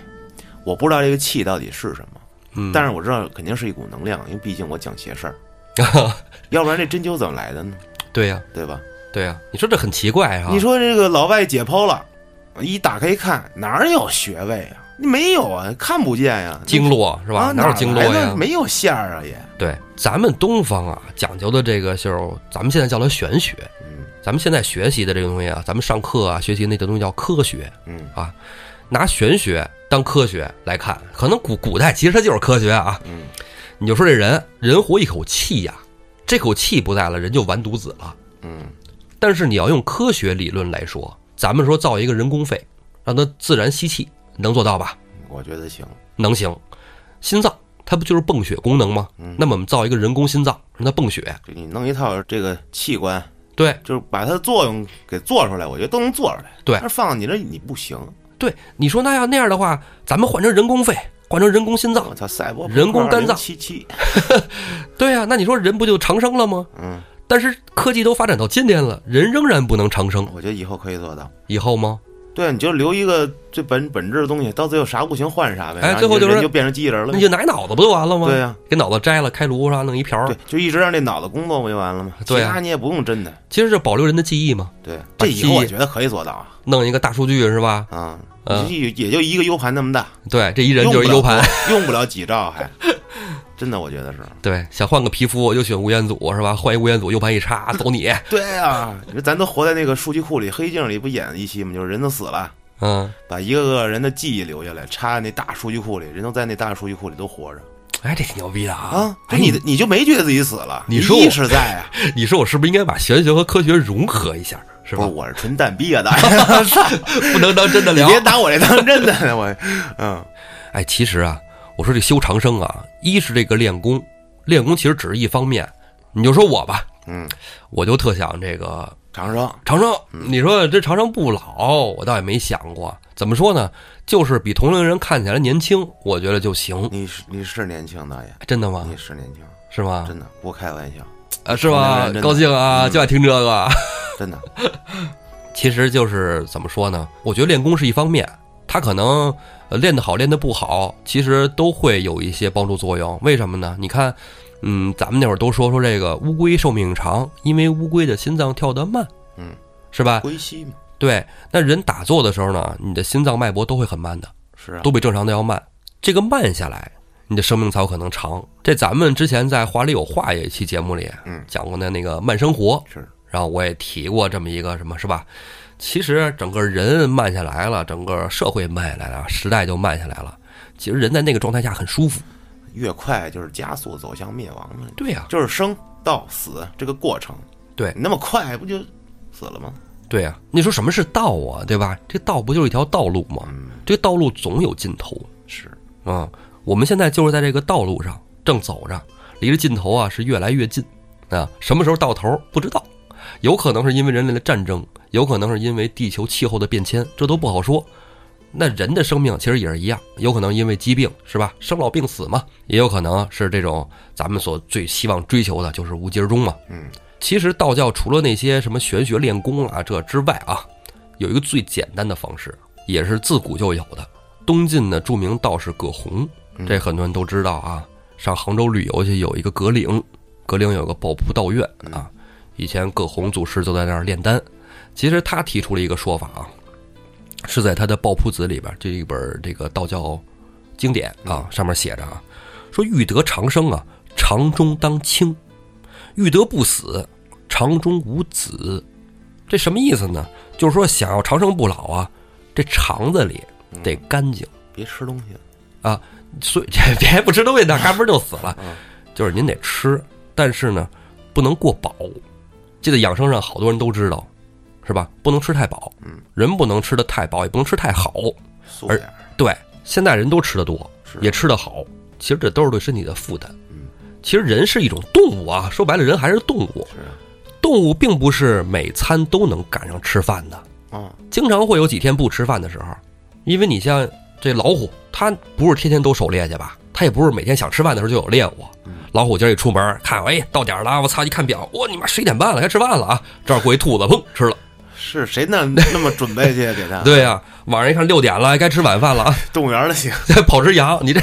Speaker 2: 我不知道这个气到底是什么，
Speaker 1: 嗯，
Speaker 2: 但是我知道肯定是一股能量，因为毕竟我讲邪事儿，要不然这针灸怎么来的呢？
Speaker 1: 对呀、
Speaker 2: 对吧？
Speaker 1: 对呀、你说这很奇怪啊！
Speaker 2: 你说这个老外解剖了，一打开一看，哪儿有穴位啊？没有啊，看不见呀、
Speaker 1: 经络是
Speaker 2: 是
Speaker 1: 吧？
Speaker 2: 啊哪
Speaker 1: 有经络
Speaker 2: 来
Speaker 1: 呀
Speaker 2: 的？没有线儿啊也。
Speaker 1: 对，咱们东方啊讲究的这个就是咱们现在叫它玄学，
Speaker 2: 嗯
Speaker 1: 咱们现在学习的这个东西啊，咱们上课啊学习那个东西叫科学，
Speaker 2: 嗯
Speaker 1: 拿玄学当科学来看，可能古古代其实它就是科学啊。
Speaker 2: 嗯，
Speaker 1: 你就说这人人活一口气呀、这口气不在了，人就完犊子了。
Speaker 2: 嗯
Speaker 1: 但是你要用科学理论来说，咱们说造一个人工肺，让它自然吸气，能做到吧？
Speaker 2: 我觉得行。
Speaker 1: 能行。心脏它不就是泵血功能吗？
Speaker 2: 嗯
Speaker 1: 那么我们造一个人工心脏，让它泵血。
Speaker 2: 就你弄一套这个器官，
Speaker 1: 对
Speaker 2: 就是把它的作用给做出来，我觉得都能做出来。
Speaker 1: 对
Speaker 2: 但是放到你这你不行，
Speaker 1: 对，你说那要那样的话，咱们换成人工肺，换成人工心脏
Speaker 2: 我，操，赛博
Speaker 1: 人工肝脏
Speaker 2: 七七，
Speaker 1: 对呀、那你说人不就长生了吗？
Speaker 2: 嗯，
Speaker 1: 但是科技都发展到今天了，人仍然不能长生，
Speaker 2: 我觉得以后可以做到。
Speaker 1: 以后吗？
Speaker 2: 对，你就留一个最本本质的东西，到最后啥不行换啥呗，
Speaker 1: 哎
Speaker 2: 然后
Speaker 1: 最后
Speaker 2: 你
Speaker 1: 就是
Speaker 2: 人就变成机器人了
Speaker 1: 那。你就拿一脑子不就完了吗？
Speaker 2: 对呀、
Speaker 1: 给脑子摘了，开颅上弄一瓢儿
Speaker 2: 对，，啊就一直让这脑子工作不就完了吗？
Speaker 1: 对啊
Speaker 2: 其他你也不用真的。
Speaker 1: 其实就保留人的记忆嘛。
Speaker 2: 对，
Speaker 1: 把
Speaker 2: 这
Speaker 1: 记忆
Speaker 2: 以后我觉得可以做到啊
Speaker 1: 弄一个大数据是吧？
Speaker 2: 啊，
Speaker 1: 嗯
Speaker 2: 也也就一个 U 盘那么大，
Speaker 1: 对，这一人就是一 U 盘。
Speaker 2: 用不了几兆， 还真的我觉得是。
Speaker 1: 对，想换个皮肤我就选吴彦祖是吧？换一吴彦祖 U 盘一插，走你。
Speaker 2: 对啊，你说咱都活在那个数据库里，《黑镜》里不演一期吗？就是人都死了，
Speaker 1: 嗯，
Speaker 2: 把一个个人的记忆留下来，插在那大数据库里，人都在那大数据库里都活着。
Speaker 1: 哎，这挺牛逼的啊！
Speaker 2: 啊，就
Speaker 1: 哎，
Speaker 2: 你的你就没觉得自己死了，
Speaker 1: 你说我
Speaker 2: 意识在啊？
Speaker 1: 你说我是不是应该把玄学和科学融合一下？是
Speaker 2: 不是，
Speaker 1: 吧？
Speaker 2: 我是纯蛋逼啊！大爷，操
Speaker 1: 不能当真的
Speaker 2: 哦你
Speaker 1: 聊。
Speaker 2: 别拿我这当真的，我嗯
Speaker 1: 哎，其实啊，我说这修长生啊，一是这个练功，练功其实只是一方面。你就说我吧，
Speaker 2: 嗯，
Speaker 1: 我就特想这个
Speaker 2: 长生
Speaker 1: 长生。你说这长生不老，我倒也没想过。怎么说呢？就是比同龄人看起来年轻，我觉得就行。
Speaker 2: 你是你是年轻大爷，
Speaker 1: 真的吗？
Speaker 2: 你是年轻，
Speaker 1: 是吗？
Speaker 2: 真的不开玩笑，
Speaker 1: 啊，是
Speaker 2: 同龄
Speaker 1: 吗
Speaker 2: 人真？的嗯
Speaker 1: 高兴啊，就爱听这个。
Speaker 2: 真 的。
Speaker 1: 其实就是怎么说呢？我觉得练功是一方面，它可能呃练得好，练得不好，其实都会有一些帮助作用。为什么呢？你看，嗯，咱们那会儿都说说这个乌龟寿命长，因为乌龟的心脏跳得慢，
Speaker 2: 嗯，
Speaker 1: 是吧？
Speaker 2: 归西嘛，
Speaker 1: 对，那人打坐的时候呢，你的心脏脉搏都会很慢的，
Speaker 2: 是啊，
Speaker 1: 都比正常的要慢。这个慢下来，你的生命才有可能长。这咱们之前在《话里有话》也一期节目里，
Speaker 2: 嗯
Speaker 1: 讲过的那个慢生活，
Speaker 2: 是
Speaker 1: 然后我也提过这么一个什么，是吧？其实整个人慢下来了，整个社会慢下来了，时代就慢下来了。其实人在那个状态下很舒服。
Speaker 2: 越快就是加速走向灭亡嘛，
Speaker 1: 对呀、
Speaker 2: 就是生到死这个过程。
Speaker 1: 对
Speaker 2: 你那么快不就死了吗？
Speaker 1: 对呀、你说什么是道啊？对吧？这道不就是一条道路吗？
Speaker 2: 嗯，
Speaker 1: 这个道路总有尽头
Speaker 2: 是
Speaker 1: 啊、我们现在就是在这个道路上正走着，离着尽头啊是越来越近啊。什么时候到头不知道，有可能是因为人类的战争，有可能是因为地球气候的变迁，这都不好说。那人的生命其实也是一样，有可能因为疾病是吧，生老病死嘛，也有可能是这种咱们所最希望追求的就是无疾而终嘛。
Speaker 2: 嗯，
Speaker 1: 其实道教除了那些什么玄学、练功啊这之外啊，有一个最简单的方式，也是自古就有的。东晋的著名道士葛洪，这很多人都知道啊。上杭州旅游去有一个葛岭，葛岭有个抱朴道院啊。以前葛洪祖师就在那儿炼丹。其实他提出了一个说法啊，是在他的《抱朴子》里边这一本这个道教经典啊，上面写着啊，说欲得长生啊，长中当清；欲得不死，长中无子。这什么意思呢？就是说想要长生不老啊，这肠子里得干净。
Speaker 2: 别吃东西，
Speaker 1: 啊，所以 这别不吃东西，那嘎嘣就死了。就是您得吃，但是呢，不能过饱。这个养生上好多人都知道，是吧？不能吃太饱，人不能吃的太饱，也不能吃太好。
Speaker 2: 素
Speaker 1: 而
Speaker 2: 点儿。
Speaker 1: 对，现在人都吃的多
Speaker 2: 是，
Speaker 1: 也吃的好，其实这都是对身体的负担。其实人是一种动物啊，说白了，人还是动物。
Speaker 2: 是啊
Speaker 1: 动物并不是每餐都能赶上吃饭的，
Speaker 2: 啊，
Speaker 1: 经常会有几天不吃饭的时候，因为你像这老虎，它不是天天都狩猎去吧？它也不是每天想吃饭的时候就有猎物。老虎今儿一出门，看哎到点儿了，我操！一看表，我你妈十一点半了，该吃饭了啊！这儿过一兔子，砰吃了。
Speaker 2: 是谁那那么准备去给他？
Speaker 1: 对呀、晚上一看六点了，该吃晚饭了啊！
Speaker 2: 动物园儿的行，
Speaker 1: 再跑只羊，你这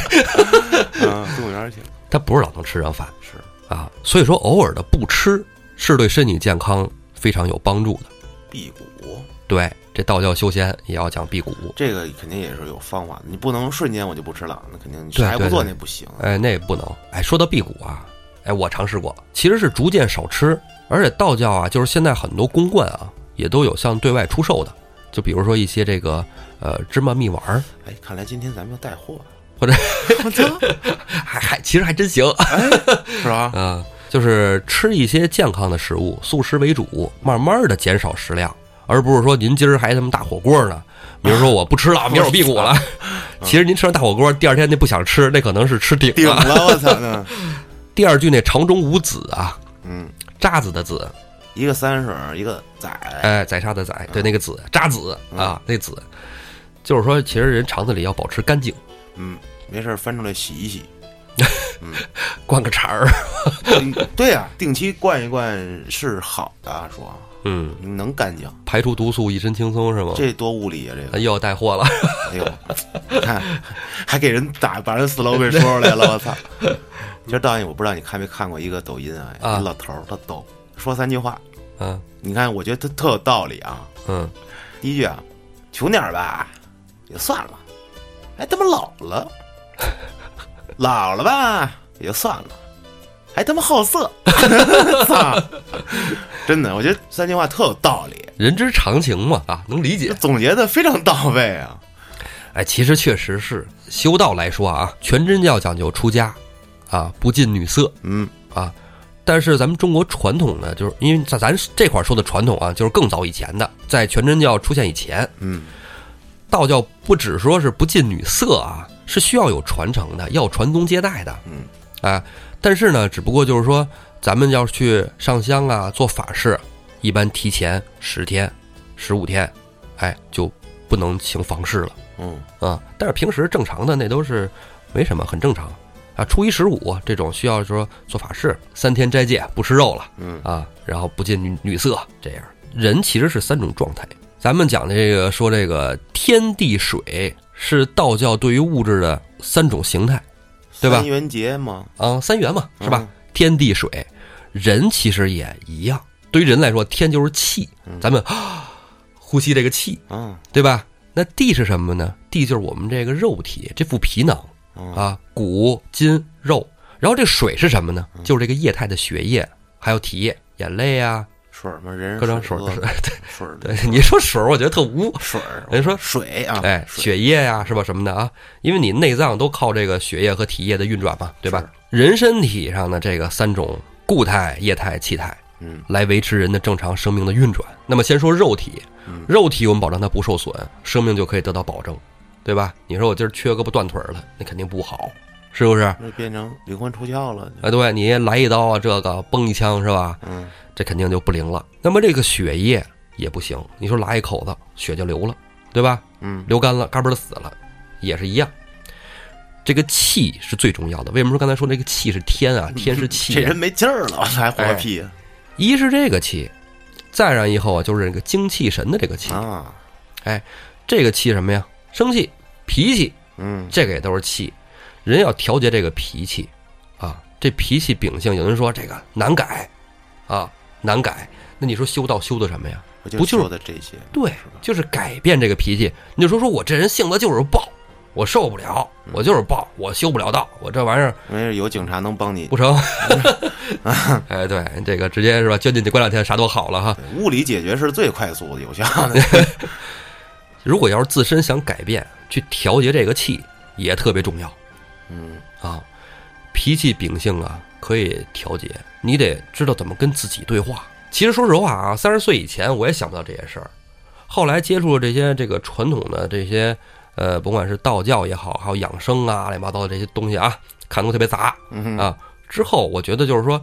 Speaker 2: 啊，动物园儿行
Speaker 1: 它不是老能吃上饭
Speaker 2: 是
Speaker 1: 啊，所以说偶尔的不吃是对身体健康非常有帮助的。
Speaker 2: 辟谷，
Speaker 1: 对，这道教修仙也要讲辟谷，
Speaker 2: 这个肯定也是有方法的，你不能瞬间我就不吃了，那肯定你啥也不做
Speaker 1: 对对
Speaker 2: 那不行。
Speaker 1: 哎，那不能。哎，说到辟谷啊，哎，我尝试过，其实是逐渐少吃，而且道教啊，就是现在很多公馆啊，也都有向对外出售的，就比如说一些这个呃芝麻蜜丸儿，
Speaker 2: 哎，看来今天咱们要带货，
Speaker 1: 或者
Speaker 2: 我操，
Speaker 1: 还还其实还真行啊、
Speaker 2: 是吧？
Speaker 1: 嗯就是吃一些健康的食物，素食为主，慢慢的减少食量，而不是说您今儿还他妈大火锅呢，明儿说我不吃了，明儿我辟谷了。 其实您吃完大火锅，第二天那不想吃，那可能是吃顶
Speaker 2: 顶
Speaker 1: 了。
Speaker 2: 了，我操呢！
Speaker 1: 第二句那肠中无子啊，
Speaker 2: 嗯，
Speaker 1: 渣子的子，
Speaker 2: 一个三水儿，一个仔，
Speaker 1: 哎，宰杀的宰，对，那个子渣子啊，那子，就是说，其实人肠子里要保持干净，
Speaker 2: 嗯，没事儿翻出来洗一洗。
Speaker 1: 灌个肠儿，
Speaker 2: 嗯对呀、定期灌一灌是好的，说
Speaker 1: 嗯，
Speaker 2: 你能干净，
Speaker 1: 排除毒素，一身轻松是吗？
Speaker 2: 这多物理啊！这
Speaker 1: 哎
Speaker 2: 个，
Speaker 1: 又要带货了，
Speaker 2: 哎呦， 你看还给人打把人 slogan 说出来了，我操！其实导演，我不知道你看没看过一个抖音啊，
Speaker 1: 啊
Speaker 2: 一老头儿他抖说三句话，
Speaker 1: 嗯
Speaker 2: 你看我觉得他特有道理啊。
Speaker 1: 嗯，
Speaker 2: 第一句啊，穷点儿吧，也算了，还他妈老了， 老了吧也就算了，还他妈好色， 操！真的，我觉得三句话特有道理，
Speaker 1: 人之常情嘛，啊，能理
Speaker 2: 这
Speaker 1: 解。
Speaker 2: 总结的非常到位啊。
Speaker 1: 哎，其实确实是修道来说啊，全真教讲究出家，啊，不近女色
Speaker 2: 嗯，
Speaker 1: 啊。但是咱们中国传统呢，就是因为咱咱这块儿说的传统啊，就是更早以前的，在全真教出现以前，
Speaker 2: 嗯，
Speaker 1: 道教不只说是不近女色啊，是需要有传承的，要传宗接代的，
Speaker 2: 嗯，
Speaker 1: 啊，但是呢，只不过就是说，咱们要是去上香啊，做法事，一般提前十天、十五天，哎，就不能行房事了。
Speaker 2: 嗯，
Speaker 1: 啊，但是平时正常的那都是没什么，很正常啊。初一十五这种需要说做法事，三天斋戒，不吃肉了，
Speaker 2: 嗯
Speaker 1: 啊，然后不近女女色，这样人其实是三种状态。咱们讲这个说这个天地水是道教对于物质的三种形态对吧
Speaker 2: 三元节嘛，
Speaker 1: 啊，三元嘛，是吧？
Speaker 2: 嗯
Speaker 1: 天地水，人其实也一样。对于人来说，天就是气，咱们、 呼吸这个气，
Speaker 2: 嗯，
Speaker 1: 对吧？那地是什么呢？地就是我们这个肉体，这副皮囊
Speaker 2: 嗯
Speaker 1: 啊，骨、筋、肉。然后这水是什么
Speaker 2: 嗯
Speaker 1: 呢？就是这个液态的血液，还有体液、眼泪啊，
Speaker 2: 水儿嘛，人
Speaker 1: 各种水
Speaker 2: 水
Speaker 1: 儿
Speaker 2: 喝的水 儿
Speaker 1: 对，你说水儿，我觉得特污。
Speaker 2: 水儿，
Speaker 1: 人说
Speaker 2: 水啊，
Speaker 1: 哎，
Speaker 2: 水
Speaker 1: 血液呀、是吧？什么的啊？因为你内脏都靠这个血液和体液的运转嘛，对吧
Speaker 2: 是？
Speaker 1: 人身体上的这个三种固态、液态、气态，
Speaker 2: 嗯，
Speaker 1: 来维持人的正常生命的运转。那么先说肉体，
Speaker 2: 嗯
Speaker 1: 肉体我们保证它不受损，生命就可以得到保证，对吧？你说我今儿缺胳膊断腿儿了，那肯定不好，是不是？
Speaker 2: 那变成灵魂出窍了，
Speaker 1: 啊，对你来一刀啊，这个崩一枪是吧？
Speaker 2: 嗯，
Speaker 1: 这肯定就不灵了。那么这个血液也不行，你说拉一口子血就流了，对吧？
Speaker 2: 嗯
Speaker 1: 流干了，嘎嘣儿死了，也是一样。这个气是最重要的。为什么说刚才说这个气是天 啊？天是气
Speaker 2: 这
Speaker 1: 啊、哎
Speaker 2: 人没劲儿了，还活屁啊呀
Speaker 1: 一是这个气，再然以后啊，就是这个精气神的这个气。
Speaker 2: 啊，
Speaker 1: 这个气什么呀？生气、脾气，
Speaker 2: 嗯
Speaker 1: 这个也都是气。人要调节这个脾气啊，这脾气秉性，有人说这个难改啊，难改。那你说修道修的什么呀？
Speaker 2: 我就
Speaker 1: 不就是
Speaker 2: 说的这些，
Speaker 1: 对
Speaker 2: 是吧，
Speaker 1: 就是改变这个脾气。你就说说我这人性子就是暴，我受不了，
Speaker 2: 嗯
Speaker 1: 我就是暴，我修不了道，我这玩意儿
Speaker 2: 没事，有警察能帮你
Speaker 1: 不，成。
Speaker 2: 嗯
Speaker 1: 哎，对，这个直接是吧？捐进去，过两天啥都好了哈。
Speaker 2: 对物理解决是最快速的有效的，
Speaker 1: 如果要是自身想改变，去调节这个气也特别重要
Speaker 2: 嗯
Speaker 1: 啊。脾气秉性啊，可以调节，你得知道怎么跟自己对话。其实说实话啊，三十岁以前我也想不到这些事儿，后来接触了这些这个传统的这些呃，甭管是道教也好，还有养生啊，乱七八糟的这些东西啊，看东西特别杂，
Speaker 2: 嗯
Speaker 1: 啊，之后我觉得就是说，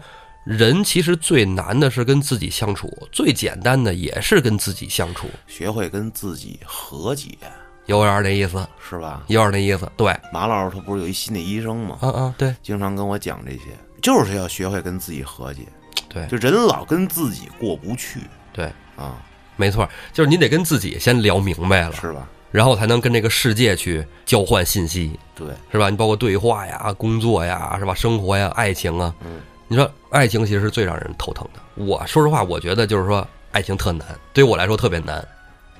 Speaker 1: 人其实最难的是跟自己相处，最简单的也是跟自己相处，
Speaker 2: 学会跟自己和解，
Speaker 1: 有点儿那意思，
Speaker 2: 是吧？
Speaker 1: 有点儿那意思，对，
Speaker 2: 马老师他不是有一心理医生吗？
Speaker 1: 啊啊，对
Speaker 2: 经常跟我讲这些，就是要学会跟自己和解。
Speaker 1: 对
Speaker 2: 就人老跟自己过不去
Speaker 1: 对，
Speaker 2: 啊，
Speaker 1: 没错儿，就是你得跟自己先聊明白了，
Speaker 2: 是吧？
Speaker 1: 然后才能跟这个世界去交换信息，
Speaker 2: 对，
Speaker 1: 是吧？你包括对话呀、工作呀，是吧？生活呀、爱情啊，你说爱情其实是最让人头疼的。我说实话，我觉得就是说爱情特难，对于我来说特别难。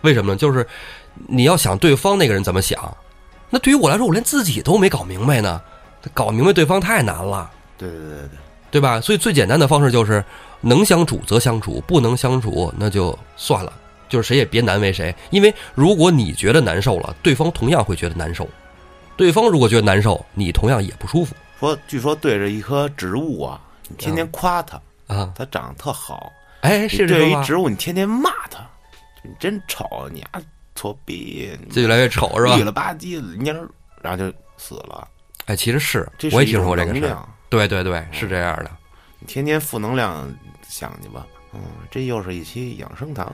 Speaker 1: 为什么呢？就是你要想对方那个人怎么想，那对于我来说，我连自己都没搞明白呢，搞明白对方太难了，
Speaker 2: 对对对对，
Speaker 1: 对吧？所以最简单的方式就是能相处则相处，不能相处那就算了，就是谁也别难为谁。因为如果你觉得难受了，对方同样会觉得难受；对方如果觉得难受，你同样也不舒服
Speaker 2: 说据说对着一棵植物啊，你天天夸它，
Speaker 1: 啊。
Speaker 2: 它长得特好；
Speaker 1: 哎，
Speaker 2: 你
Speaker 1: 嗯是这
Speaker 2: 对着
Speaker 1: 个
Speaker 2: 一
Speaker 1: 吧？
Speaker 2: 植物，你天天骂它，你真丑，你丫矬逼，
Speaker 1: 这越来越丑是吧
Speaker 2: 绿？了吧唧的，蔫儿，然后就死了。
Speaker 1: 哎，其实是
Speaker 2: 这，是
Speaker 1: 我也
Speaker 2: 一
Speaker 1: 听说
Speaker 2: 种
Speaker 1: 过这个事儿。
Speaker 2: 能量，
Speaker 1: 对对对，是这样的。
Speaker 2: 你天天负能量，想去吧。嗯，这又是一期养生堂。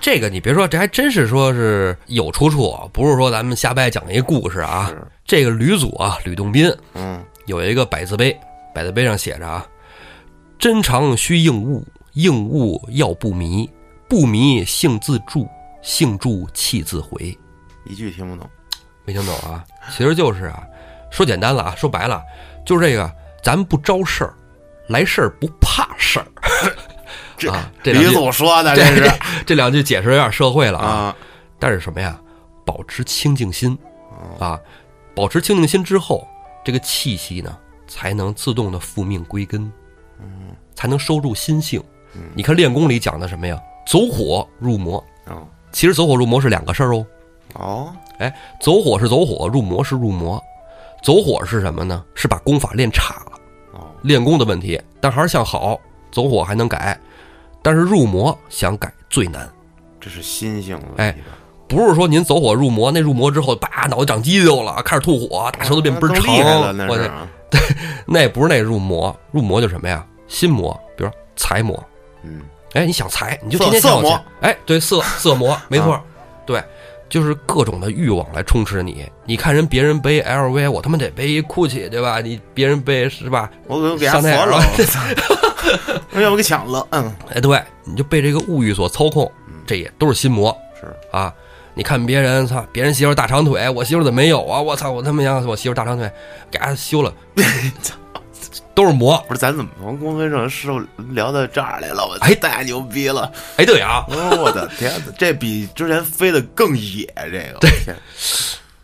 Speaker 1: 这个你别说，这还真是说是有出处啊，不是说咱们瞎掰讲一故事啊。
Speaker 2: 是
Speaker 1: 这个吕祖啊，吕洞宾
Speaker 2: 嗯
Speaker 1: 有一个百字碑，百字碑上写着啊：“真常须应物，应物要不迷，不迷性自助，性助气自回。
Speaker 2: 一句听不懂。”
Speaker 1: 没听懂啊？其实就是啊，说简单了啊，说白了就是这个，咱不招事儿，来事儿不怕事儿。
Speaker 2: 这
Speaker 1: 啊这两
Speaker 2: 吕
Speaker 1: 句
Speaker 2: 总说的，这
Speaker 1: 这
Speaker 2: 是
Speaker 1: 这两句解释有点社会了啊。
Speaker 2: 啊，
Speaker 1: 但是什么呀？保持清净心啊，保持清净心之后，这个气息呢才能自动的复命归根，才能收住心性。你看练功里讲的什么呀？走火入魔，
Speaker 2: 嗯
Speaker 1: 其实走火入魔是两个事儿哦。
Speaker 2: 哦，
Speaker 1: 哎，走火是走火，入魔是入魔。走火是什么呢？是把功法练差了，
Speaker 2: 哦，
Speaker 1: 练功的问题。但还是向好，走火还能改，但是入魔想改最难。
Speaker 2: 这是心性问
Speaker 1: 哎
Speaker 2: 题吧？
Speaker 1: 不是说您走火入魔，那入魔之后，叭，脑袋长肌肉了，开始吐火，大舌头变倍儿
Speaker 2: 那
Speaker 1: 长
Speaker 2: 更啊厉害了，那
Speaker 1: 我
Speaker 2: 是
Speaker 1: 去，
Speaker 2: 啊，
Speaker 1: 那不是那入魔，入魔就是什么呀？心魔，比如说财魔，
Speaker 2: 嗯，
Speaker 1: 哎，你想财，你就
Speaker 2: 色
Speaker 1: 天天想有
Speaker 2: 色
Speaker 1: 钱
Speaker 2: 魔，啊
Speaker 1: 哎，对， 色色魔，没错，对，就是各种的欲望来充斥你。你看人别人背 LV，我他妈得背一 GUCCI，对吧？你别人背是吧？
Speaker 2: 我可能给他
Speaker 1: 香奈
Speaker 2: 锁
Speaker 1: 儿
Speaker 2: 了， 我 要不给抢了，嗯，
Speaker 1: 哎，对，你就被这个物欲所操控，这也都是心魔
Speaker 2: 是
Speaker 1: 啊。你看别人，操，别人媳妇儿大长腿，我媳妇儿怎么没有啊？我操，我他妈想我媳妇儿大长腿，给她修 了，都是魔。
Speaker 2: 不是咱怎么从公孙胜师傅聊到这儿来了？我
Speaker 1: 哎
Speaker 2: 太牛逼了！
Speaker 1: 哎，对啊，
Speaker 2: 哦， 我的天哪，这比之前飞的更野，这个对，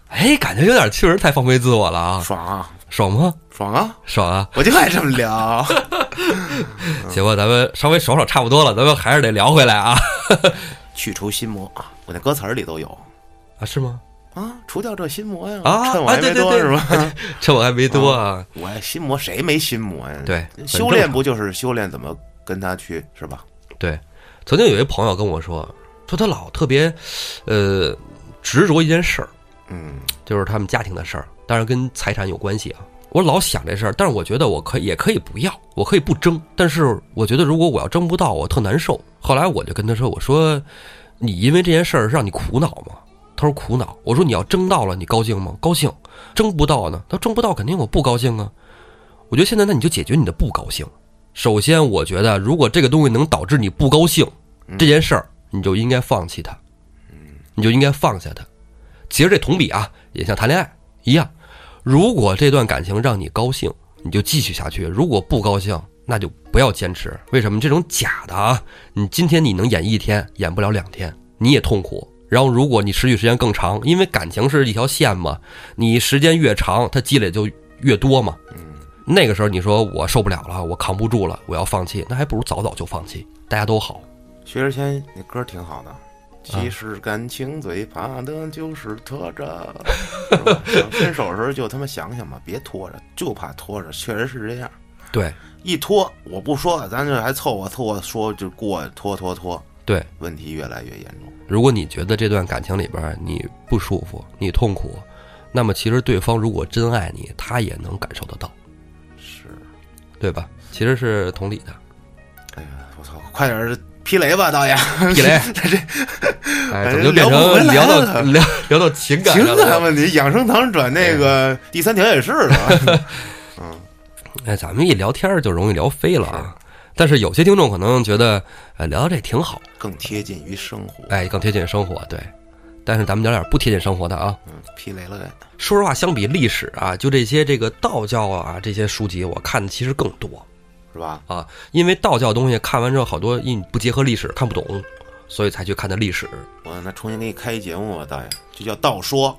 Speaker 1: 哎，感觉有点确实太放飞自我了啊，
Speaker 2: 爽啊，
Speaker 1: 爽吗？
Speaker 2: 爽啊！
Speaker 1: 爽啊！
Speaker 2: 我就爱这么 聊，嗯
Speaker 1: 行吧，咱们稍微爽爽差不多了，咱们还是得聊回来啊。
Speaker 2: 去除心魔啊！我那歌词儿里都有
Speaker 1: 啊，是吗？
Speaker 2: 啊，除掉这心魔呀！
Speaker 1: 啊
Speaker 2: 趁我还没多、
Speaker 1: 啊对对对
Speaker 2: 是吧？
Speaker 1: 趁我还没多啊，
Speaker 2: 我心魔谁没心魔呀？呃
Speaker 1: 对
Speaker 2: 修炼不就是修炼怎么跟他去是吧？
Speaker 1: 对，曾经有一朋友跟我说，说他老特别，呃，执着一件事儿，
Speaker 2: 嗯，
Speaker 1: 就是他们家庭的事儿，当然跟财产有关系啊。我老想这事儿，但是我觉得我可以也可以不要，我可以不争。但是我觉得如果我要争不到，我特难受。后来我就跟他说：“我说，你因为这件事儿让你苦恼吗？”他说：“苦恼。”我说：“你要争到了，你高兴吗？高兴。争不到呢？他说争不到肯定我不高兴啊。我觉得现在那你就解决你的不高兴。首先，我觉得如果这个东西能导致你不高兴这件事儿，你就应该放弃它，你就应该放下它。其实这同比啊，也像谈恋爱一样，如果这段感情让你高兴，你就继续下去；如果不高兴，那就不要坚持。为什么这种假的啊？你今天你能演一天，演不了两天，你也痛苦。然后，如果你持续时间更长，因为感情是一条线嘛，你时间越长，它积累就越多嘛。那个时候你说我受不了了，我扛不住了，我要放弃，那还不如早早就放弃，大家都好。
Speaker 2: 薛之谦那歌挺好
Speaker 1: 啊
Speaker 2: 的。其实感情最怕的就是拖着，是吧 分手的时候就他妈想想吧，别拖着，就怕拖着，确实是这样。
Speaker 1: 对
Speaker 2: 一拖我不说，咱这还凑合凑合说，就过拖拖拖，
Speaker 1: 对，
Speaker 2: 问题越来越严重。
Speaker 1: 如果你觉得这段感情里边你不舒服，你痛苦，那么其实对方如果真爱你，他也能感受得到，
Speaker 2: 是，
Speaker 1: 对吧？其实是同理 的。
Speaker 2: 哎呀，我操，快点儿劈雷吧，导演！
Speaker 1: 地雷，
Speaker 2: 这
Speaker 1: 哎，怎么就变
Speaker 2: 聊不回
Speaker 1: 成
Speaker 2: 来
Speaker 1: 聊到
Speaker 2: 了
Speaker 1: 聊聊到情感
Speaker 2: 情
Speaker 1: 上
Speaker 2: 感
Speaker 1: 了？
Speaker 2: 啊问题，养生堂转那个第三条也是 了。嗯，
Speaker 1: 哎，咱们一聊天儿就容易聊飞了啊。但是有些听众可能觉得，哎，聊到这挺好，
Speaker 2: 更贴近于生活。
Speaker 1: 哎，更贴近生活，对。但是咱们聊点不贴近生活的啊。
Speaker 2: 嗯，劈雷了该。
Speaker 1: 说实话，相比历史啊，就这些这个道教啊这些书籍，我看的其实更多
Speaker 2: 是吧？
Speaker 1: 啊，因为道教东西看完之后，好多因为你不结合历史看不懂，所以才去看的历史。
Speaker 2: 我那重新给你开一节目吧，导演，这叫 道说，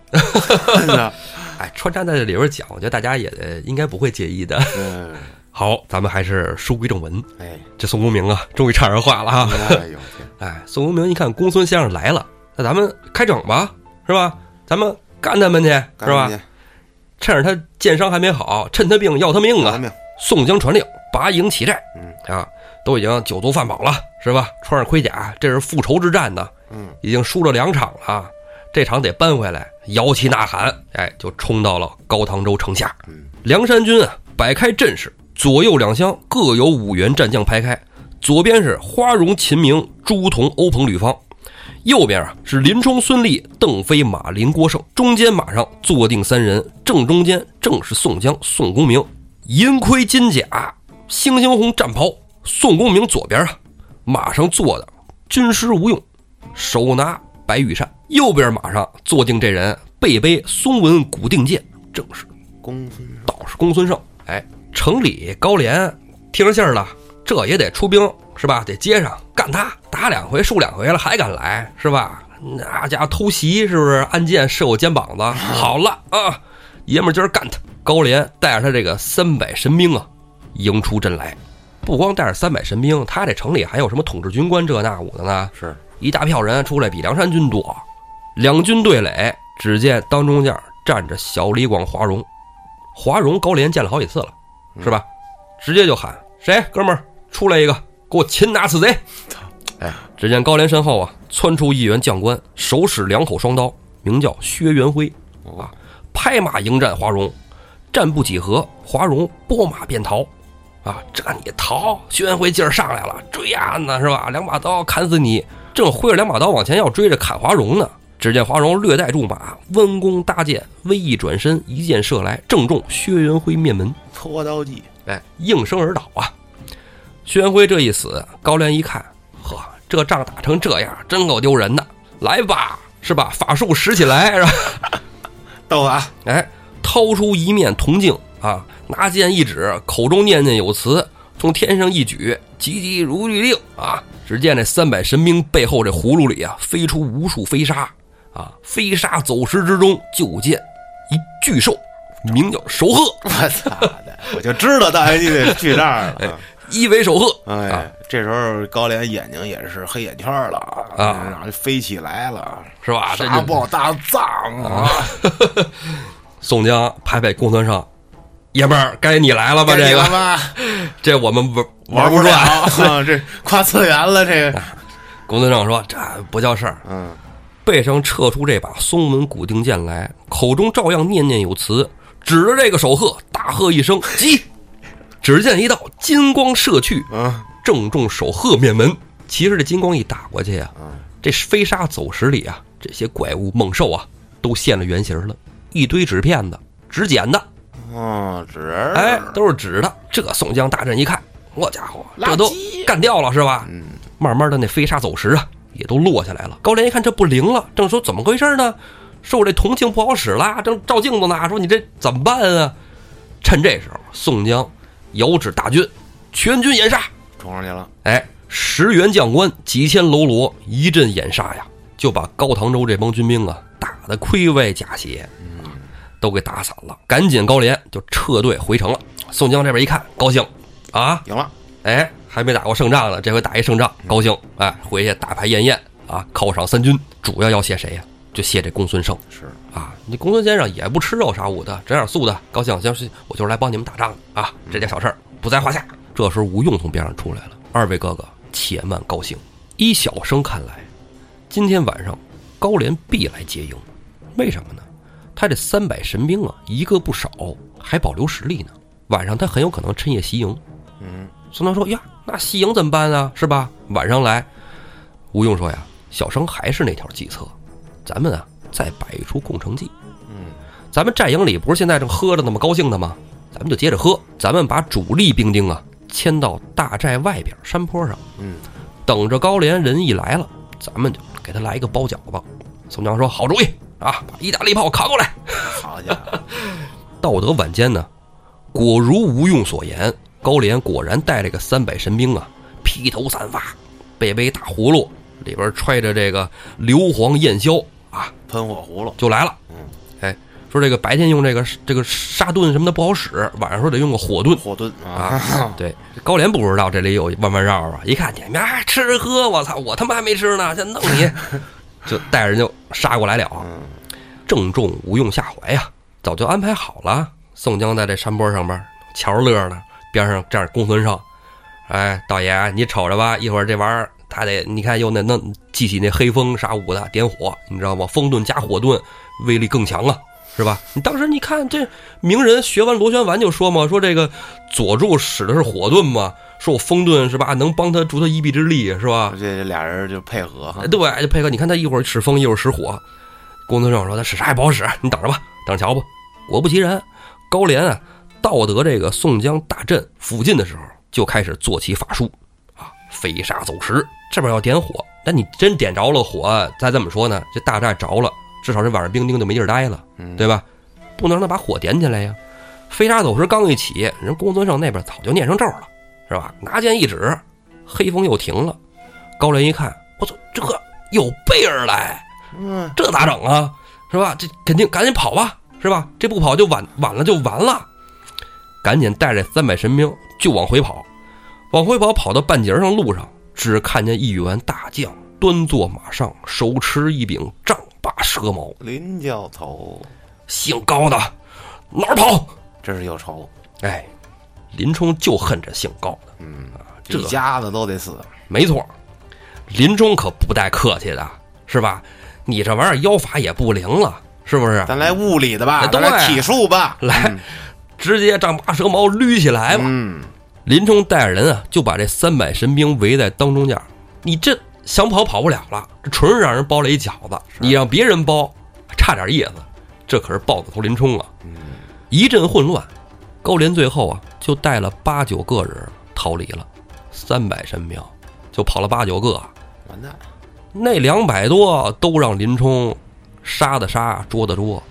Speaker 2: 真的。
Speaker 1: 哎，穿插在这里边讲，我觉得大家也呃应该不会介意的。
Speaker 2: 嗯，
Speaker 1: 好，咱们还是书归正文。
Speaker 2: 哎，
Speaker 1: 这宋公明啊，终于插上话了啊！
Speaker 2: 哎呦天，
Speaker 1: 哎，宋公明一看公孙先生来了，那咱们开整吧，是吧？咱们干他们去，是吧嗯啊
Speaker 2: 赶？紧
Speaker 1: 趁着他剑伤还没好，趁他病要他命啊
Speaker 2: 赶！紧
Speaker 1: 宋江传令，拔营起寨。
Speaker 2: 嗯
Speaker 1: 啊，都已经酒足饭饱了，是吧？穿上盔甲，这是复仇之战呢，
Speaker 2: 嗯，
Speaker 1: 已经输了两场了，这场得扳回来。摇旗呐喊，哎，就冲到了高唐州城下。
Speaker 2: 嗯，
Speaker 1: 梁山军啊，摆开阵势，左右两厢各有五员战将排开，左边是花荣、秦明、朱仝、欧鹏、吕方。右边啊是林冲、孙立、邓飞、马林、郭盛，中间马上坐定三人，正中间正是宋江、宋公明，银盔金甲，猩猩红战袍。宋公明左边啊，马上坐的军师吴用，手拿白羽扇；右边马上坐定这人，背背松纹古定剑，正是
Speaker 2: 公孙
Speaker 1: 道士公孙胜。哎，城里高廉听着信儿了，这也得出兵是吧？得接上干他，打两回输两回了，还敢来是吧？那家伙偷袭是不是？按键射我肩膀子，好了啊，爷们儿今儿干他！高廉带着他这个三百神兵啊，迎出阵来。不光带着三百神兵，他这城里还有什么统制军官这那五的呢？
Speaker 2: 是
Speaker 1: 一大票人出来比梁山军多，两军对垒，只见当中间站着小李广、华容，华容、高廉见了好几次了，是吧？直接就喊谁哥们儿出来一个，给我擒拿此贼！
Speaker 2: 哎，
Speaker 1: 只见高廉身后啊，窜出一员将官，手使两口双刀，名叫薛元辉啊，拍马迎战华容，战不几合，华容拨马便逃。啊，这你逃！薛元辉劲儿上来了，追呀、呢是吧？两把刀砍死你！正挥着两把刀往前要追着砍华容呢，只见华容略带住马，弯弓搭箭，微一转身，一箭射来，正中薛元辉面门。
Speaker 2: 拖刀计，
Speaker 1: 哎，应声而倒啊。薛元辉这一死，高廉一看，呵，这仗打成这样，真够丢人的。来吧，是吧？法术使起来，是吧？
Speaker 2: 逗啊！
Speaker 1: 哎，掏出一面铜镜啊，拿剑一指，口中念念有词，从天上一举，急急如律令啊！只见这三百神兵背后这葫芦里啊，飞出无数飞沙啊，飞沙走石之中，就见一巨兽，名叫首鹤，
Speaker 2: 我操的，我就知道大元就得去这儿
Speaker 1: 哎
Speaker 2: 了。啊
Speaker 1: 一为首鹤，
Speaker 2: 哎，这时候高廉眼睛也是黑眼圈了
Speaker 1: 啊
Speaker 2: 然后就飞起来了，
Speaker 1: 是吧？这
Speaker 2: 沙
Speaker 1: 就
Speaker 2: 暴大藏啊！
Speaker 1: 宋江拍拍公孙胜，爷们儿，该你来了吧？
Speaker 2: 该你
Speaker 1: 这
Speaker 2: 了
Speaker 1: 个，
Speaker 2: 吧
Speaker 1: 这我们 玩
Speaker 2: 玩
Speaker 1: 不
Speaker 2: 了
Speaker 1: 转。 啊
Speaker 2: 啊！这跨次元了，这个，
Speaker 1: 公孙胜说：“这不叫事儿，
Speaker 2: 嗯，
Speaker 1: 背上撤出这把松门古定剑来，口中照样念念有词，指着这个手鹤大喝一声“急”，只见一道金光射去，
Speaker 2: 啊，
Speaker 1: 正中手鹤面门。其实这金光一打过去啊，这飞沙走石里啊，这些怪物猛兽啊，都现了原形了，一堆纸片子、纸剪子，
Speaker 2: 哦，纸儿，
Speaker 1: 哎，都是纸的。这宋江大阵一看，我家伙，
Speaker 2: 垃圾
Speaker 1: 这都干掉了是吧？慢慢的那飞沙走石啊，也都落下来了。高廉一看这不灵了，正说怎么回事呢，说我这铜镜不好使啦，正照镜子呢，说你这怎么办啊？趁这时候，宋江遥指大军，全军掩杀。
Speaker 2: 冲上去了，
Speaker 1: 哎，十员将官、几千喽啰一阵掩杀呀，就把高唐州这帮军兵啊打得盔外甲斜，都给打散了。赶紧高廉就撤队回城了。宋江这边一看，高兴啊，
Speaker 2: 赢了，
Speaker 1: 哎，还没打过胜仗呢，这回打一胜仗，高兴，哎，回去大排宴宴啊，犒赏三军，主要要谢谁呀、就谢这公孙胜。
Speaker 2: 是，
Speaker 1: 啊，你公孙先生也不吃肉啥物的，整点素的，高兴行，是我就是来帮你们打仗的啊，这点小事儿不在话下。这时候吴用从边上出来了，二位哥哥且慢高兴，依小生看来，今天晚上高廉必来接应，为什么呢？他这三百神兵啊，一个不少，还保留实力呢，晚上他很有可能趁夜袭营。
Speaker 2: 嗯，
Speaker 1: 宋江说：“呀，那西营怎么办啊？是吧？晚上来。”吴用说：“呀，小生还是那条计策，咱们啊再摆一出攻城计。
Speaker 2: 嗯，
Speaker 1: 咱们战营里不是现在正喝着呢吗？高兴的吗？咱们就接着喝。咱们把主力兵丁啊迁到大寨外边山坡上，
Speaker 2: 嗯，
Speaker 1: 等着高廉人一来了，咱们就给他来一个包饺子。”宋江说：“好主意啊，把意大利炮扛过来。”
Speaker 2: 好家伙，
Speaker 1: 到得晚间呢，果如吴用所言，高廉果然带了个三百神兵啊，披头散发，背背大葫芦，里边揣着这个硫磺焰硝啊，
Speaker 2: 喷火葫芦，
Speaker 1: 就来了。
Speaker 2: 嗯，
Speaker 1: 哎，说这个白天用这个这个沙盾什么的不好使，晚上说得用个火盾。
Speaker 2: 火遁啊，
Speaker 1: 啊，对，高廉不知道这里有弯弯绕啊，一看见，呀，吃喝，我操，我他妈还没吃呢，先弄你，就带人就杀过来了。
Speaker 2: 嗯，
Speaker 1: 正中吴用下怀呀、早就安排好了。宋江在这山坡上边瞧着乐呢，边上站着公孙胜，哎，道爷你瞅着吧，一会儿这玩意儿他得你看又那那记起那黑风啥舞的点火，你知道吗？风遁加火遁威力更强啊，是吧？你当时你看这名人学完螺旋丸就说嘛，说这个佐助使的是火遁嘛，说我风遁是吧，能帮他助他一臂之力是吧？
Speaker 2: 这这俩人就配合哈
Speaker 1: 啊哎，对，就配合。你看他一会儿使风，一会儿使火。公孙胜说他使啥也不好使，你等着吧，等着瞧吧。果不其然，高廉啊到得这个宋江大阵附近的时候，就开始做起法术啊，飞沙走石。这边要点火，但你真点着了火，再这么说呢，这大寨着了，至少这晚上兵丁就没地儿待了，
Speaker 2: 嗯
Speaker 1: 对吧？不能让他把火点起来呀。飞沙走石刚一起，人公孙胜那边早就念上咒了，是吧？拿剑一指，黑风又停了。高廉一看，我操，这有备而来，
Speaker 2: 嗯，
Speaker 1: 这咋整啊？是吧？这肯定赶紧跑吧，是吧？这不跑就晚晚了，就完了。赶紧带着三百神兵就往回跑，往回跑，跑到半截儿上路上，只看见一员大将端坐马上，手持一柄丈八蛇矛，
Speaker 2: 林教头，
Speaker 1: 姓高的，哪儿跑？
Speaker 2: 这是有仇，
Speaker 1: 哎，林冲就恨这姓高的，这啊
Speaker 2: 一家子都得死。
Speaker 1: 没错。林冲可不带客气的，是吧？你这玩意儿妖法也不灵了，是不是？
Speaker 2: 咱来物理的吧，
Speaker 1: 哎对
Speaker 2: 咱来体术吧。
Speaker 1: 来，直接丈八蛇矛捋起来吧！
Speaker 2: 嗯，
Speaker 1: 林冲带着人啊，就把这三百神兵围在当中间儿。你这想跑跑不了了，这纯是让人包了一饺子，你让别人包，差点意思。这可是豹子头林冲啊！一阵混乱，高廉最后啊，就带了八九个人逃离了，三百神兵就跑了八九个啊，
Speaker 2: 完蛋，
Speaker 1: 那两百多都让林冲杀的杀，捉的捉，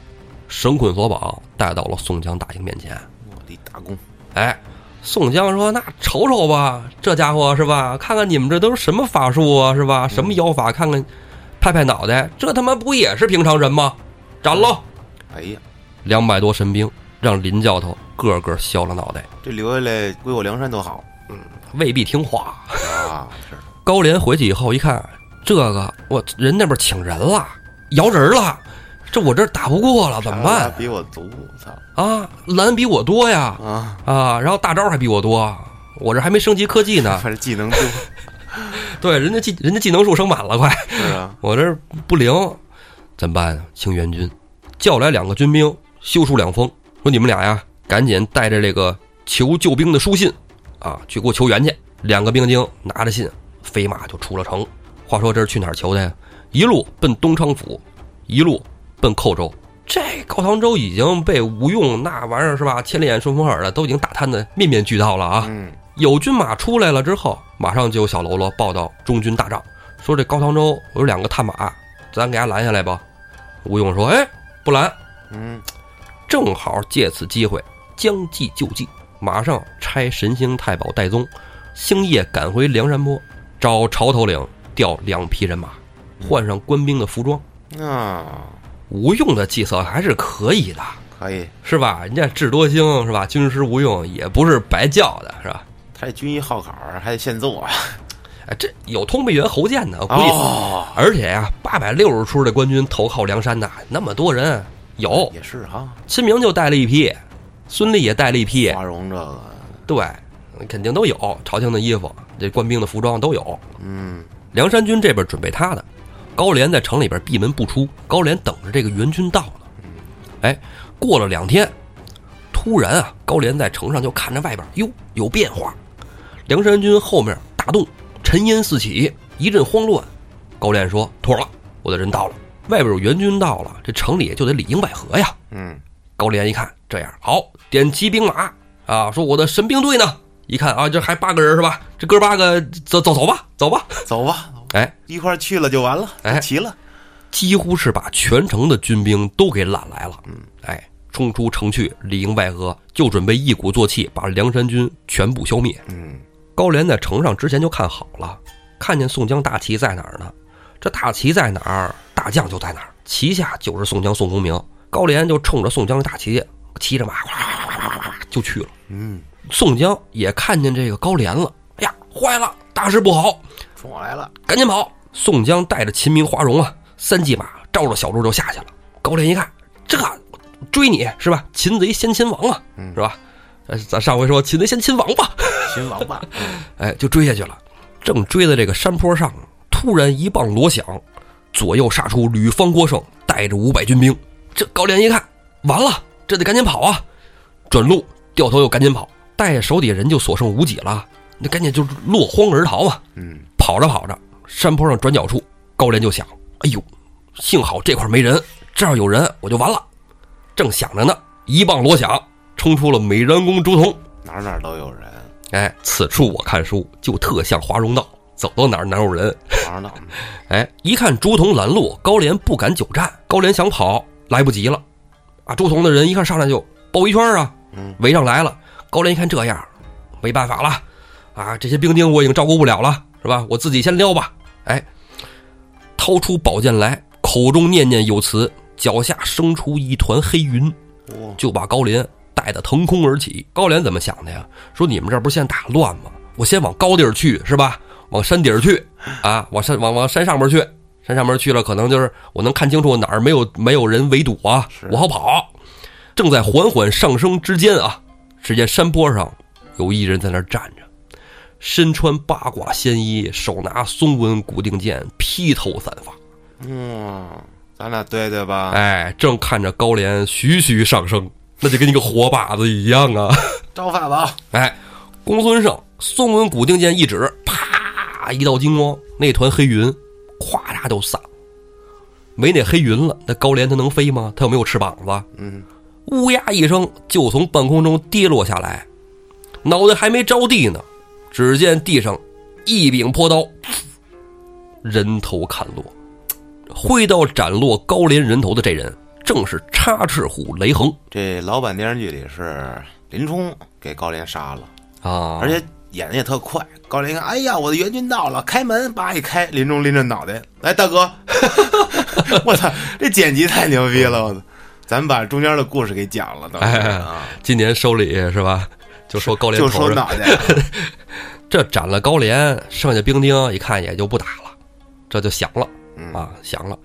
Speaker 1: 绳捆索绑，带到了宋江大营面前。
Speaker 2: 我立大功。
Speaker 1: 哎，宋江说：“那瞅瞅吧，这家伙是吧？看看你们这都是什么法术啊，是吧？什么妖法？看看，拍拍脑袋，这他妈不也是平常人吗？斩喽！
Speaker 2: 哎呀，
Speaker 1: 两百多神兵让林教头个个削了脑袋，
Speaker 2: 这留下来归我梁山多好
Speaker 1: 未必听话。
Speaker 2: 啊！是
Speaker 1: 高廉回去以后一看，这个我人那边请人了，摇人了，这我这打不过了，怎么
Speaker 2: 他
Speaker 1: 办
Speaker 2: 妈比我足，操
Speaker 1: 啊？蓝比我多呀，
Speaker 2: 啊！
Speaker 1: 啊，然后大招还比我多，我这还没升级科技呢。
Speaker 2: 反正技能多，
Speaker 1: 对，人家技人家技能数升满了，快，
Speaker 2: 是啊，
Speaker 1: 我这不灵，怎么办啊？清源军叫来两个军兵，修书两封，说你们俩呀，赶紧带着这个求救兵的书信啊，去给我求援去。两个兵丁拿着信，飞马就出了城。话说这是去哪儿求的呀？一路奔东昌府，一路奔寇州。这高唐州已经被吴用那玩意儿是吧？千里眼顺风耳的都已经打探的面面俱到了啊！
Speaker 2: 嗯，
Speaker 1: 有军马出来了之后，马上就有小喽啰报到中军大帐，说这高唐州有两个探马，咱给他拦下来吧。吴用说：“哎，不拦，
Speaker 2: 嗯，
Speaker 1: 正好借此机会将计就计，马上差神兴太保戴宗，星夜赶回梁山泊，找朝头领调两匹人马，换上官兵的服装。
Speaker 2: 啊，
Speaker 1: 吴用的计策还是可以的，
Speaker 2: 可以。
Speaker 1: 是吧？人家智多星是吧？军师吴用也不是白叫的，是吧？
Speaker 2: 他这军医号考还得现做啊！
Speaker 1: 哎，这有通背员侯建呢，我估计
Speaker 2: 哦，
Speaker 1: 而且呀、8八百六十出的官军投靠梁山呐，那么多人，有
Speaker 2: 也是哈，
Speaker 1: 秦明就带了一批，孙立也带了一批，
Speaker 2: 花荣这个，
Speaker 1: 对，肯定都有朝廷的衣服，这官兵的服装都有。
Speaker 2: 嗯，
Speaker 1: 梁山军这边准备他的，高廉在城里边闭门不出，高廉等着这个援军到了。哎，过了两天，突然啊，高廉在城上就看着外边，哟，有变化，梁山军后面大动，尘烟四起，一阵慌乱。高廉说：“妥了，我的人到了，外边有援军到了，这城里就得里应外合呀。”
Speaker 2: 嗯，
Speaker 1: 高廉一看这样好，点齐兵马啊，说我的神兵队呢？一看啊，这还八个人是吧？这哥八个走走走吧，走吧。
Speaker 2: 走吧，
Speaker 1: 哎，
Speaker 2: 一块儿去了就完了，
Speaker 1: 哎
Speaker 2: 齐了，
Speaker 1: 几乎是把全城的军兵都给揽来了。嗯，哎，冲出城去，里应外合，就准备一鼓作气把梁山军全部消灭。
Speaker 2: 嗯，
Speaker 1: 高廉在城上之前就看好了，看见宋江大旗在哪儿呢？这大旗在哪儿，大将就在哪儿，旗下就是宋江宋公明。高廉就冲着宋江大旗，骑着马哗哗哗哗哗哗就去了。
Speaker 2: 嗯，
Speaker 1: 宋江也看见这个高廉了，哎呀，坏了，大事不好，
Speaker 2: 冲我来了，
Speaker 1: 赶紧跑！宋江带着秦明、花荣啊，三骑马照着小路就下去了。高廉一看，这追你是吧？擒贼先擒王啊，是吧？呃，咱上回说擒贼先擒王吧，
Speaker 2: 秦王八，嗯
Speaker 1: 哎，就追下去了。正追在这个山坡上，突然一棒锣响，左右杀出吕方、郭盛，带着五百军兵。这高廉一看，完了，这得赶紧跑啊！转路掉头又赶紧跑，带着手底下人就所剩无几了，那赶紧就落荒而逃啊！
Speaker 2: 嗯，
Speaker 1: 跑着跑着，山坡上转角处，高廉就想：“哎呦，幸好这块没人，这要有人我就完了。”正想着呢，一棒锣响，冲出了美髯公朱仝。
Speaker 2: 哪儿哪儿都有人，
Speaker 1: 哎，此处我看书就特像华容道，走到哪儿哪儿有人。
Speaker 2: 哪儿哪儿嗯
Speaker 1: 哎，一看朱仝拦路，高廉不敢久战，高廉想跑来不及了，啊，朱仝的人一看上来就包一圈儿啊
Speaker 2: 嗯，
Speaker 1: 围上来了。高廉一看这样，没办法了，啊，这些兵丁我已经照顾不了了，是吧？我自己先撩吧。哎，掏出宝剑来，口中念念有词，脚下生出一团黑云，
Speaker 2: 哇，
Speaker 1: 就把高廉带得腾空而起。高廉怎么想的呀？说你们这不是现在打乱吗？我先往高地儿去，是吧？往山顶儿去，啊，往山往往山上面去，山上面去了，可能就是我能看清楚哪儿没有没有人围堵啊，我好跑。正在缓缓上升之间啊，只见山坡上有一人在那儿站着，身穿八卦仙衣，手拿松纹古定剑，披头散发，
Speaker 2: 嗯，咱俩对对吧？
Speaker 1: 哎，正看着高廉徐徐上升，那就跟一个活靶子一样啊！
Speaker 2: 招法宝，
Speaker 1: 哎，公孙胜松纹古定剑一指，啪，一道金光，那团黑云咵嚓就散了。没那黑云了，那高廉他能飞吗？他又没有翅膀子。
Speaker 2: 嗯，
Speaker 1: 乌鸦一声就从半空中跌落下来，脑袋还没着地呢，只见地上一柄破刀，人头砍落。挥刀斩落高廉人头的这人，正是插翅虎雷横
Speaker 2: 这老版电视剧里是林冲给高廉杀了，
Speaker 1: 啊
Speaker 2: 而且演的也特快。高廉一看，哎呀，我的援军到了，开门，叭一开，林冲拎着脑袋，来，大哥， 我操，这剪辑太牛逼了，我操！咱把中间的故事给讲了，当时啊，
Speaker 1: 今年收礼是吧？就说哎高廉
Speaker 2: 就
Speaker 1: 头啊上
Speaker 2: 说脑袋，啊
Speaker 1: 这斩了高廉，剩下兵丁一看也就不打了，这就降了
Speaker 2: 嗯
Speaker 1: 啊，降了。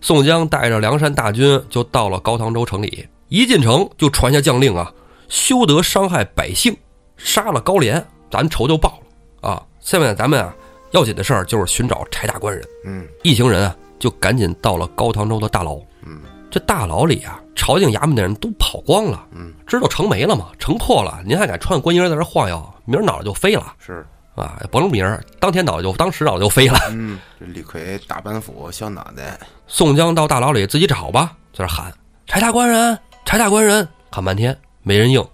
Speaker 1: 宋江带着梁山大军就到了高唐州城里，一进城就传下将令啊，休得伤害百姓，杀了高廉，咱仇就报了啊。下面咱们啊，要紧的事儿就是寻找柴大官人。
Speaker 2: 嗯
Speaker 1: 一行人啊，就赶紧到了高唐州的大牢。
Speaker 2: 嗯，
Speaker 1: 这大牢里啊，朝廷衙门的人都跑光了。
Speaker 2: 嗯，
Speaker 1: 知道城没了吗？城破了，您还敢穿官衣在这晃悠？明儿脑袋就飞了
Speaker 2: 是，
Speaker 1: 啊！甭说明儿，当天脑袋就当时脑袋就飞了。
Speaker 2: 嗯，这李逵大板斧削脑袋，
Speaker 1: 宋江到大牢里自己找吧，在那喊柴大官人，柴大官人，喊半天没人应。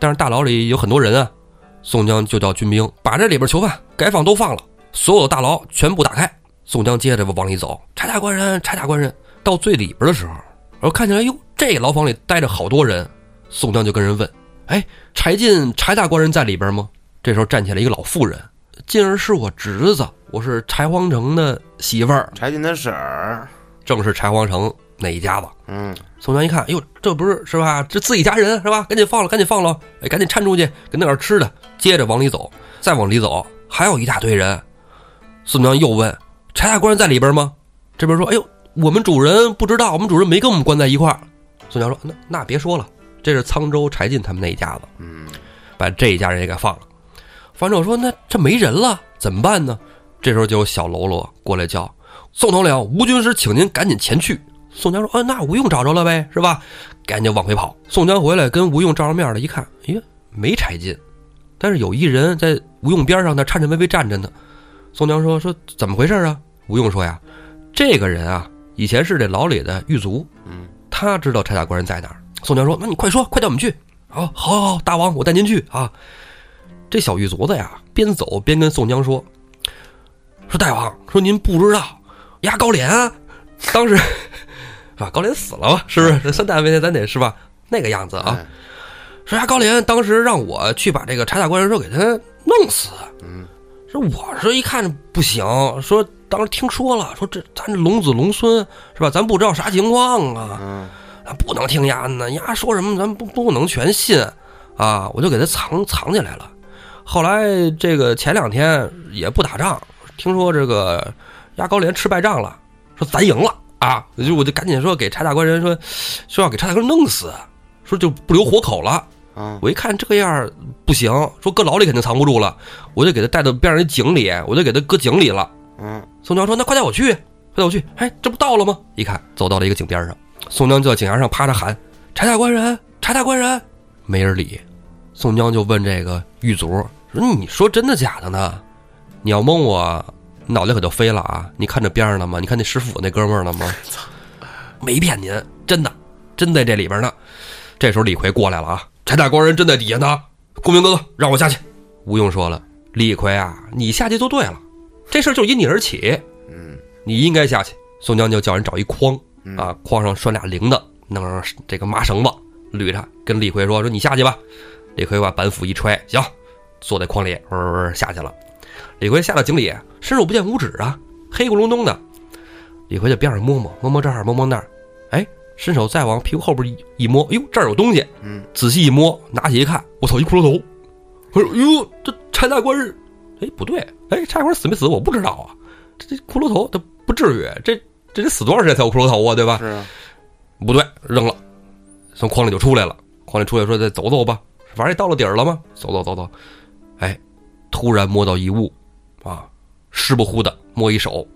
Speaker 1: 但是大牢里有很多人啊，宋江就叫军兵把这里边囚犯该放都放了，所有的大牢全部打开。宋江接着往里走，柴大官人，柴大官人。到最里边的时候，我看见来哟，这牢房里待着好多人。宋江就跟人问：“哎，柴进、柴大官人在里边吗？”这时候站起来一个老妇人，进儿是我侄子，我是柴皇城的媳妇儿。
Speaker 2: 柴进他婶儿，
Speaker 1: 正是柴皇城那一家子。
Speaker 2: 嗯，
Speaker 1: 宋江一看，哟，这不是是吧？这自己家人是吧？赶紧放了，赶紧放了，哎，赶紧搀出去，给弄点吃的。接着往里走，再往里走，还有一大堆人。宋江又问：“柴大官人在里边吗？”这边说：“哎呦，我们主人不知道，我们主人没跟我们关在一块儿。”宋江说：“那那别说了，这是沧州柴进他们那一家子。”
Speaker 2: 嗯，
Speaker 1: 把这一家人也给放了。方正说：“那这没人了，怎么办呢？”这时候就有小喽啰过来叫：“宋统领，吴军师，请您赶紧前去。”宋江说：“啊，那吴用找着了呗，是吧？”赶紧往回跑。宋江回来跟吴用照上面了，一看，咦，没柴进，但是有一人在吴用边上那颤颤巍巍站着呢。宋江说：“说怎么回事啊？”吴用说：“呀，这个人啊，以前是这牢里的狱卒，
Speaker 2: 嗯，
Speaker 1: 他知道柴大官人在哪儿。”宋江说：“那你快说，快带我们去。”哦，好，好，好，大王，我带您去啊。这小狱卒子呀，边走边跟宋江说：“说大王，说您不知道，压高廉啊，当时啊，高廉死了嘛，是不是？这三大没天咱得是吧？那个样子啊。
Speaker 2: 哎，
Speaker 1: 说压高廉当时让我去把这个柴大官人说给他弄死，
Speaker 2: 嗯，
Speaker 1: 说我是一看不行，说当时听说了，说这咱这龙子龙孙是吧？咱不知道啥情况啊。
Speaker 2: 嗯，
Speaker 1: 啊，不能听丫呢，丫说什么咱不不能全信啊，我就给他藏藏起来了。后来这个前两天也不打仗，听说这个压高连吃败仗了，说咱赢了啊，我就我就赶紧说给柴大官人说，说要给柴大官人弄死，说就不留活口了。
Speaker 2: 啊，
Speaker 1: 我一看这样儿不行，说搁牢里肯定藏不住了，我就给他带到边上一井里，我就给他搁井里了。
Speaker 2: 嗯，
Speaker 1: 宋江说：“那快带我去，快带我去！”哎，这不到了吗？一看，走到了一个井边上，宋江就在井沿上趴着喊：“柴大官人，柴大官人！”没人理。宋江就问这个狱卒说：“你说真的假的呢？你要蒙我，脑袋可就飞了啊！你看这边上了吗？你看那师傅那哥们儿了吗？没骗您，真的，真在这里边呢。”这时候李逵过来了啊，柴大官人真在底下呢。公明哥哥，让我下去。吴用说了：“李逵啊，你下去就对了，这事儿就因你而起。”
Speaker 2: 嗯，
Speaker 1: 你应该下去。宋江就叫人找一筐
Speaker 2: 嗯
Speaker 1: 啊，筐上拴俩铃铛，弄上这个麻绳子捋着，跟李逵说：“说你下去吧。”李逵把板斧一揣，行，坐在筐里，嗡嗡嗡下去了。李逵下到井里，伸手不见五指啊，黑咕隆咚的。李逵在边上摸摸，摸摸这儿，摸摸那儿，哎，伸手再往屁股后边一一摸，哎呦，这儿有东西。
Speaker 2: 嗯，
Speaker 1: 仔细一摸，拿起一看，我操，一骷髅头！我说，哟，这柴大官人，哎，不对，哎，柴大官人死没死？我不知道啊。这这骷髅头，它不至于，这这得死多长时间才有骷髅头啊？对吧？
Speaker 2: 是啊，
Speaker 1: 不对，扔了。从筐里就出来了。筐里出来说：“再走走吧，反正也到了底儿了嘛，走走走走。”哎，突然摸到一物，啊，湿不乎的，摸一手，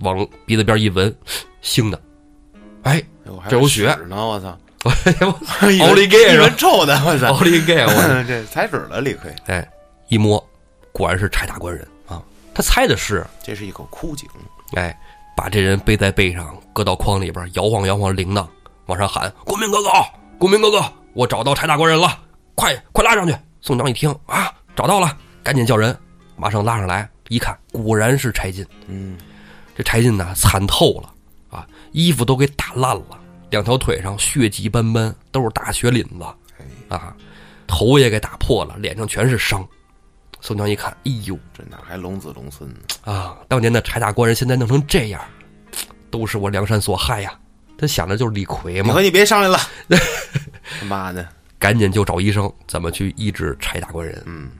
Speaker 1: 往鼻子边一闻，腥的。 哎，
Speaker 2: 哎我还
Speaker 1: 这有
Speaker 2: 有
Speaker 1: 血
Speaker 2: 呢！我操，
Speaker 1: 我
Speaker 2: 奥
Speaker 1: 奥利给
Speaker 2: 一
Speaker 1: 是吧
Speaker 2: 闻臭的，我操
Speaker 1: 奥！利给啊我！
Speaker 2: 这踩准了李逵，
Speaker 1: 哎，一摸，果然是柴大官人啊。他猜的是，
Speaker 2: 这是一口枯井，
Speaker 1: 哎，把这人背在背上，搁到筐里边，摇晃摇晃铃铛，往上喊：“公明哥哥，公明哥哥，我找到柴大官人了，快快拉上去！”宋江一听啊，找到了，赶紧叫人，马上拉上来，一看果然是柴进。
Speaker 2: 嗯，
Speaker 1: 这柴进呐，惨透了啊，衣服都给打烂了，两条腿上血迹斑斑，都是大血淋子
Speaker 2: 哎，
Speaker 1: 啊，头也给打破了，脸上全是伤。宋江一看，哎呦
Speaker 2: 这哪还龙子龙孙呢？
Speaker 1: 啊，当年的柴大官人现在弄成这样，都是我梁山所害呀！他想着就是李逵
Speaker 2: 李
Speaker 1: 嘛，
Speaker 2: 逵，你别上来了，他妈的，
Speaker 1: 赶紧就找医生怎么去医治柴大官人。
Speaker 2: 嗯，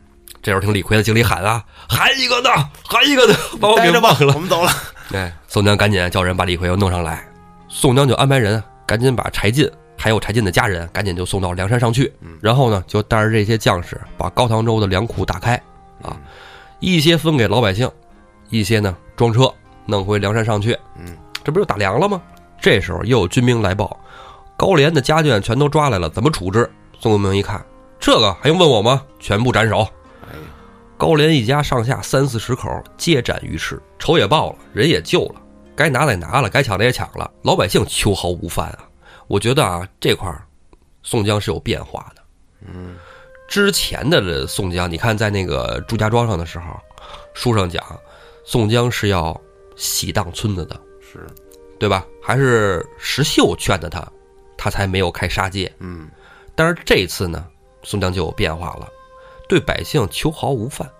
Speaker 1: 这时候听李逵在井里喊啊，喊一个呢，喊一个呢，把我给
Speaker 2: 待着吧
Speaker 1: 哦忘，了
Speaker 2: 我。们走了。
Speaker 1: 哎，宋江赶紧叫人把李逵又弄上来，宋江就安排人啊赶紧把柴进还有柴进的家人赶紧就送到梁山上去，然后呢就带着这些将士把高唐州的粮库打开啊，一些分给老百姓，一些呢装车弄回梁山上去，
Speaker 2: 嗯，
Speaker 1: 这不就打粮了吗？这时候又有军兵来报，高廉的家眷全都抓来了，怎么处置？宋公明一看，这个还用问我吗？全部斩首。
Speaker 2: 哎呀，
Speaker 1: 高廉一家上下三四十口皆斩于市，仇也报了，人也救了，该拿的也拿了，该抢的也抢了，老百姓秋毫无犯啊。我觉得啊，这块儿宋江是有变化的。
Speaker 2: 嗯，
Speaker 1: 之前的这宋江，你看在那个祝家庄上的时候，书上讲宋江是要喜当村子的，
Speaker 2: 是，
Speaker 1: 对吧？还是石秀劝的他，他才没有开杀戒。
Speaker 2: 嗯，
Speaker 1: 但是这次呢，宋江就有变化了，对百姓求毫无犯，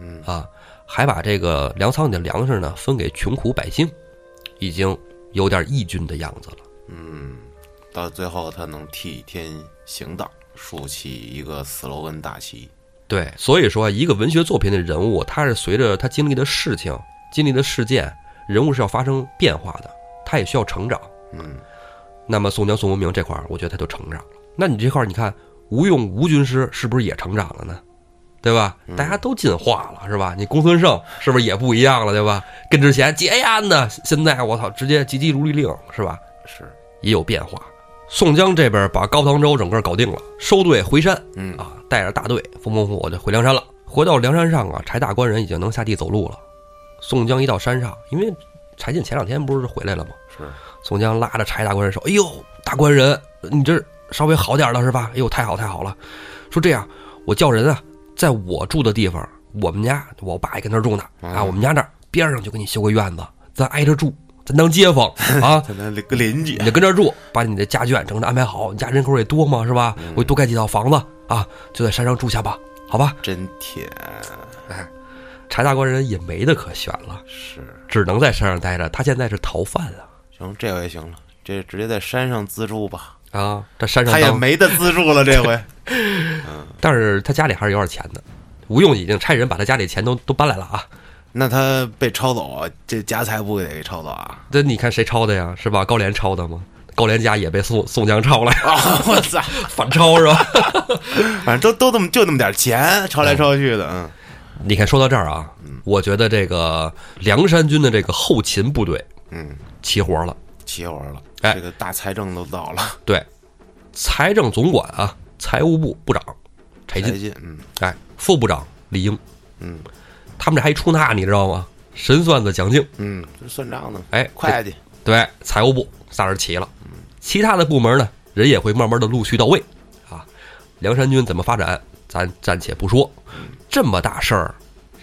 Speaker 2: 嗯
Speaker 1: 啊，还把这个粮仓里的粮食呢分给穷苦百姓，已经有点义军的样子了。
Speaker 2: 嗯，到最后他能替天行道，竖起一个斯洛文大旗。
Speaker 1: 对，所以说啊一个文学作品的人物，他是随着他经历的事情、经历的事件，人物是要发生变化的，他也需要成长。
Speaker 2: 嗯，
Speaker 1: 那么宋江、宋文明这块儿，我觉得他就成长了。那你这块儿，你看吴用、吴军师是不是也成长了呢？对吧？大家都进化了，是吧？你公孙胜是不是也不一样了，对吧？跟之前结案呢，现在我操，直接急急如律令，是吧？
Speaker 2: 是，
Speaker 1: 也有变化。宋江这边把高唐州整个搞定了，收队回山
Speaker 2: 嗯
Speaker 1: 啊，带着大队风风火火就回梁山了。回到梁山上啊，柴大官人已经能下地走路了。宋江一到山上，因为柴进前两天不是回来了吗？
Speaker 2: 是，
Speaker 1: 宋江拉着柴大官人说：“哎呦，大官人，你这稍微好点了是吧？哎呦，太好太好了！说这样，我叫人啊，在我住的地方，我们家我爸也跟那儿住呢啊，
Speaker 2: 嗯
Speaker 1: 我们家那儿边上就给你修个院子，咱挨着住，咱当街坊啊。
Speaker 2: 他那个邻居
Speaker 1: 你，就跟这儿住，把你的家眷整的安排好，你家人口也多嘛是吧？我多盖几套房子啊，就在山上住下吧，好吧？
Speaker 2: 真甜。
Speaker 1: 柴大官人也没得可选了，
Speaker 2: 是，
Speaker 1: 只能在山上待着。他现在是逃犯啊
Speaker 2: 行，这回行了，这直接在山上自助吧。
Speaker 1: 啊，这山上
Speaker 2: 他也
Speaker 1: 当
Speaker 2: 没得自助了，这回。
Speaker 1: 但是他家里还是有点钱的。吴用已经差人把他家里钱都都搬来了啊！
Speaker 2: 那他被抄走，啊这家财不得给抄走 啊？
Speaker 1: 这你看谁抄的呀？是吧？高廉抄的吗？高廉家也被宋宋江抄了，
Speaker 2: 啊、我操！
Speaker 1: 反抄是吧？
Speaker 2: 反正都都那么就那么点钱，抄来抄去的，嗯，
Speaker 1: 你看，说到这儿啊，我觉得这个梁山军的这个后勤部队，
Speaker 2: 嗯，
Speaker 1: 齐活了。
Speaker 2: 齐活了，
Speaker 1: 哎
Speaker 2: 这个大财政都到了，
Speaker 1: 对，财政总管啊，财务部部长柴
Speaker 2: 柴
Speaker 1: 进，
Speaker 2: 进，嗯
Speaker 1: 哎，副部长李英，
Speaker 2: 嗯
Speaker 1: 他们这还出纳，你知道吗？神算子蒋敬，
Speaker 2: 嗯，这算账呢，
Speaker 1: 哎，
Speaker 2: 会计，
Speaker 1: 对，财务部仨人齐了，其他的部门呢，人也会慢慢的陆续到位啊。梁山军怎么发展，咱暂且不说，这么大事儿，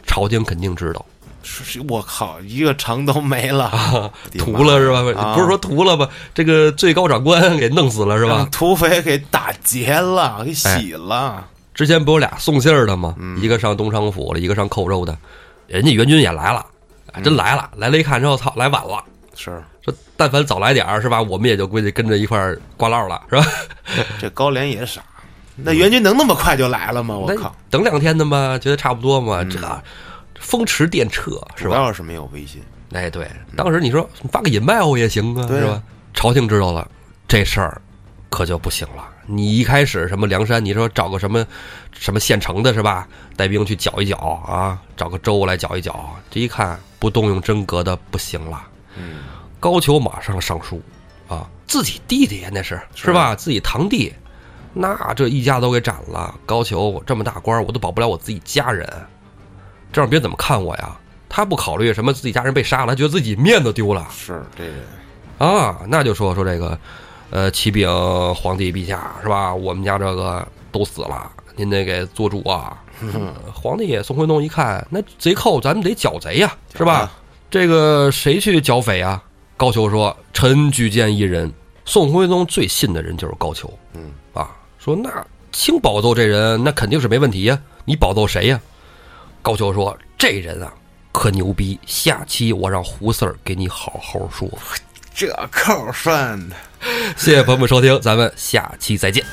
Speaker 1: 朝廷肯定知道
Speaker 2: 是是我靠，一个城都没了，
Speaker 1: 啊，
Speaker 2: 地方
Speaker 1: 屠了是吧？
Speaker 2: 啊
Speaker 1: 不是说屠了吧？这个最高长官给弄死了是吧
Speaker 2: 让？土匪给打劫了，给洗了，
Speaker 1: 之前不有俩送信儿的吗？一个上东昌府了，一个上寇州的，人家援军也来了，哎真来了，来了一看之后，操，来晚了。
Speaker 2: 是
Speaker 1: 说但凡早来点儿是吧，我们也就估计跟着一块儿挂落了是吧？
Speaker 2: 这高廉也傻，那援军能那么快就来了吗？我
Speaker 1: 那
Speaker 2: 靠，嗯
Speaker 1: 等两天的嘛，觉得差不多嘛，这风驰电掣是
Speaker 2: 主
Speaker 1: 吧？
Speaker 2: 要是没有微信，
Speaker 1: 哎，对，当时你说发个引麦我也行啊，
Speaker 2: 对啊
Speaker 1: 是吧？朝廷知道了这事儿，可就不行了。你一开始什么梁山，你说找个什么什么现成的是吧？带兵去搅一搅啊，找个州来搅一搅。这一看不动用真格的不行了，
Speaker 2: 嗯，
Speaker 1: 高俅马上上书啊，自己弟弟呀那是是吧？自己堂弟，那这一家都给斩了。高俅我这么大官儿，我都保不了我自己家人，这让别人怎么看我呀？他不考虑什么自己家人被杀了，他觉得自己面子丢了。
Speaker 2: 是这个，
Speaker 1: 啊，那就说说这个，呃，启禀皇帝陛下是吧？我们家这个都死了，您得给做主啊！皇帝宋徽宗一看，那贼寇咱们得剿贼呀、是吧？这个谁去剿匪啊？高俅说：“臣举荐一人。”宋徽宗最信的人就是高俅
Speaker 2: 嗯，
Speaker 1: 啊，说那清保奏这人，那肯定是没问题呀、你保奏谁呀、高俅说：“这人啊，可牛逼，下期我让胡四儿给你好好说。”
Speaker 2: 这扣儿算的。
Speaker 1: 谢谢朋友们收听，咱们下期再见。